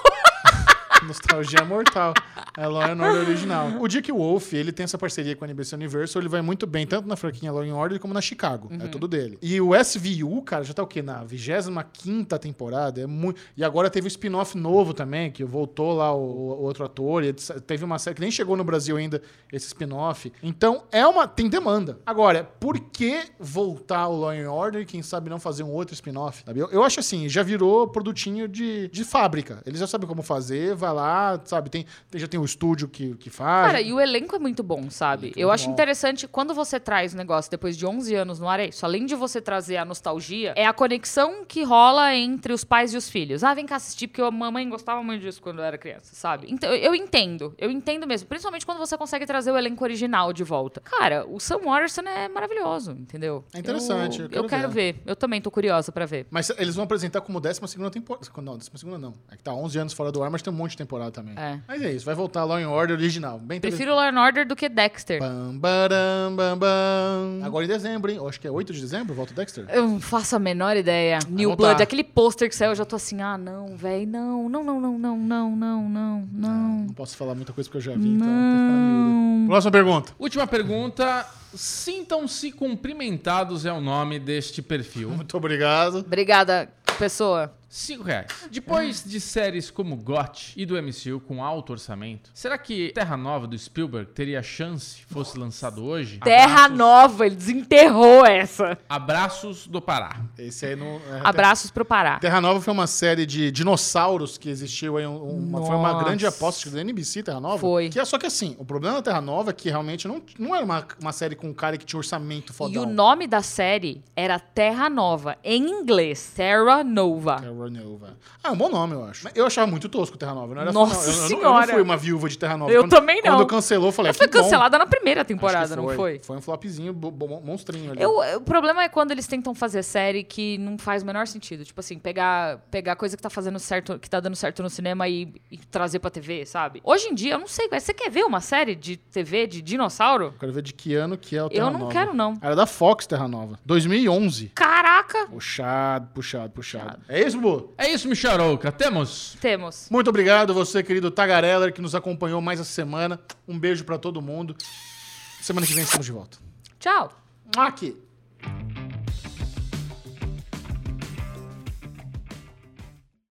S3: Nostalgia Mortal, é Law and Order original. O Dick Wolf, ele tem essa parceria com a NBC Universal, ele vai muito bem, tanto na franquinha Law and Order como na Chicago.
S2: Uhum.
S3: É tudo dele. E o SVU, cara, já tá o quê? Na 25ª temporada, é muito... E agora teve o spin-off novo também, que voltou lá o, o outro ator, e etc. teve uma série que nem chegou no Brasil ainda, esse spin-off. Então, é uma... tem demanda. Agora, por que voltar o Law and Order e quem sabe não fazer um outro spin-off, sabe? Eu, eu acho assim, já virou produtinho de, de fábrica. Eles já sabem como fazer, vai lá, sabe? Tem, tem- já tem o estúdio que, que faz.
S2: Cara, e o elenco é muito bom, sabe? Eu
S3: muito
S2: acho
S3: bom.
S2: interessante quando você traz o negócio depois de 11 anos no ar, é isso. Além de você trazer a nostalgia, é a conexão que rola entre os pais e os filhos. Ah, vem cá assistir, porque a mamãe gostava muito disso quando eu era criança, sabe? Então, eu entendo. Eu entendo mesmo. Principalmente quando você consegue trazer o elenco original de volta. Cara, o Sam Waterston é maravilhoso, entendeu?
S3: É interessante,
S2: Eu,
S3: eu quero
S2: eu quero ver. Eu também tô curiosa pra ver.
S3: Mas eles vão apresentar como 12ª temporada. Não, 12ª não. É que tá 11 anos fora do ar, mas tem um monte de temporada também.
S2: É.
S3: Mas é isso, vai voltar Law and Order original. Bem
S2: Prefiro Law and Order do que Dexter.
S3: Bam, baram, bam, bam. Agora em dezembro, hein? Eu acho que é 8 de dezembro, volta o Dexter.
S2: Eu não faço a menor ideia. New
S3: voltar.
S2: Blood, aquele pôster que saiu, eu já tô assim, ah, não, véi, não, não, não, não, não, não, não, não, não.
S3: Não posso falar muita coisa porque eu já vi, então tem que ficar na miúda. Próxima pergunta.
S1: Última pergunta. Sintam-se cumprimentados é o nome deste perfil.
S3: Muito obrigado.
S2: Obrigada, pessoa.
S1: 5 reais. Depois de séries como GOT e do MCU com alto orçamento, será que Terra Nova do Spielberg teria chance fosse lançado hoje?
S2: Terra
S1: Abraços-
S2: Nova, ele desenterrou essa.
S1: Abraços do Pará.
S3: Esse aí não. é,
S2: Abraços pro Pará.
S3: Terra Nova foi uma série de dinossauros que existiu aí. um- uma- foi uma
S2: Nossa.
S3: grande aposta da NBC, Terra Nova.
S2: Foi.
S3: Que é, só que assim, o problema da Terra Nova é que realmente não, não era uma, uma série com um cara que tinha
S2: E
S3: orçamento
S2: o
S3: fodão.
S2: nome da série era Terra Nova, em inglês, Terra Nova.
S3: Terra Nova. Ah, é um bom nome, eu acho. Mas Eu achava muito tosco Terra Nova. Não era
S2: Nossa
S3: fã, não. Eu- eu não- Eu,
S2: Senhora.
S3: não fui uma viúva de Terra Nova.
S2: Eu
S3: Quando-
S2: também não.
S3: Quando cancelou, eu falei,
S2: Ela foi
S3: que bom.
S2: cancelada na primeira
S3: Acho que
S2: temporada, não foi?
S3: Foi um flopzinho, bo- bo- monstrinho ali.
S2: Eu- eu- o problema é quando eles tentam fazer série que não faz o menor sentido. Tipo assim, pegar, pegar coisa que tá fazendo certo, que tá dando certo no cinema e, e trazer pra TV, sabe? Hoje em dia, eu não sei. Você quer ver uma série de TV de dinossauro?
S3: Quero ver de que ano que é o Terra
S2: Eu
S3: Nova.
S2: não quero, não.
S3: Era da Fox Terra Nova. 2011.
S2: Caraca!
S3: Puxado, puxado, puxado. É isso, Bu?
S1: É isso, Micharouca. Temos.
S2: Temos.
S3: Muito obrigado você, querido Tagareller, que nos acompanhou mais essa semana. Um beijo pra todo mundo. Semana que vem estamos de volta.
S2: Tchau!
S3: Aqui.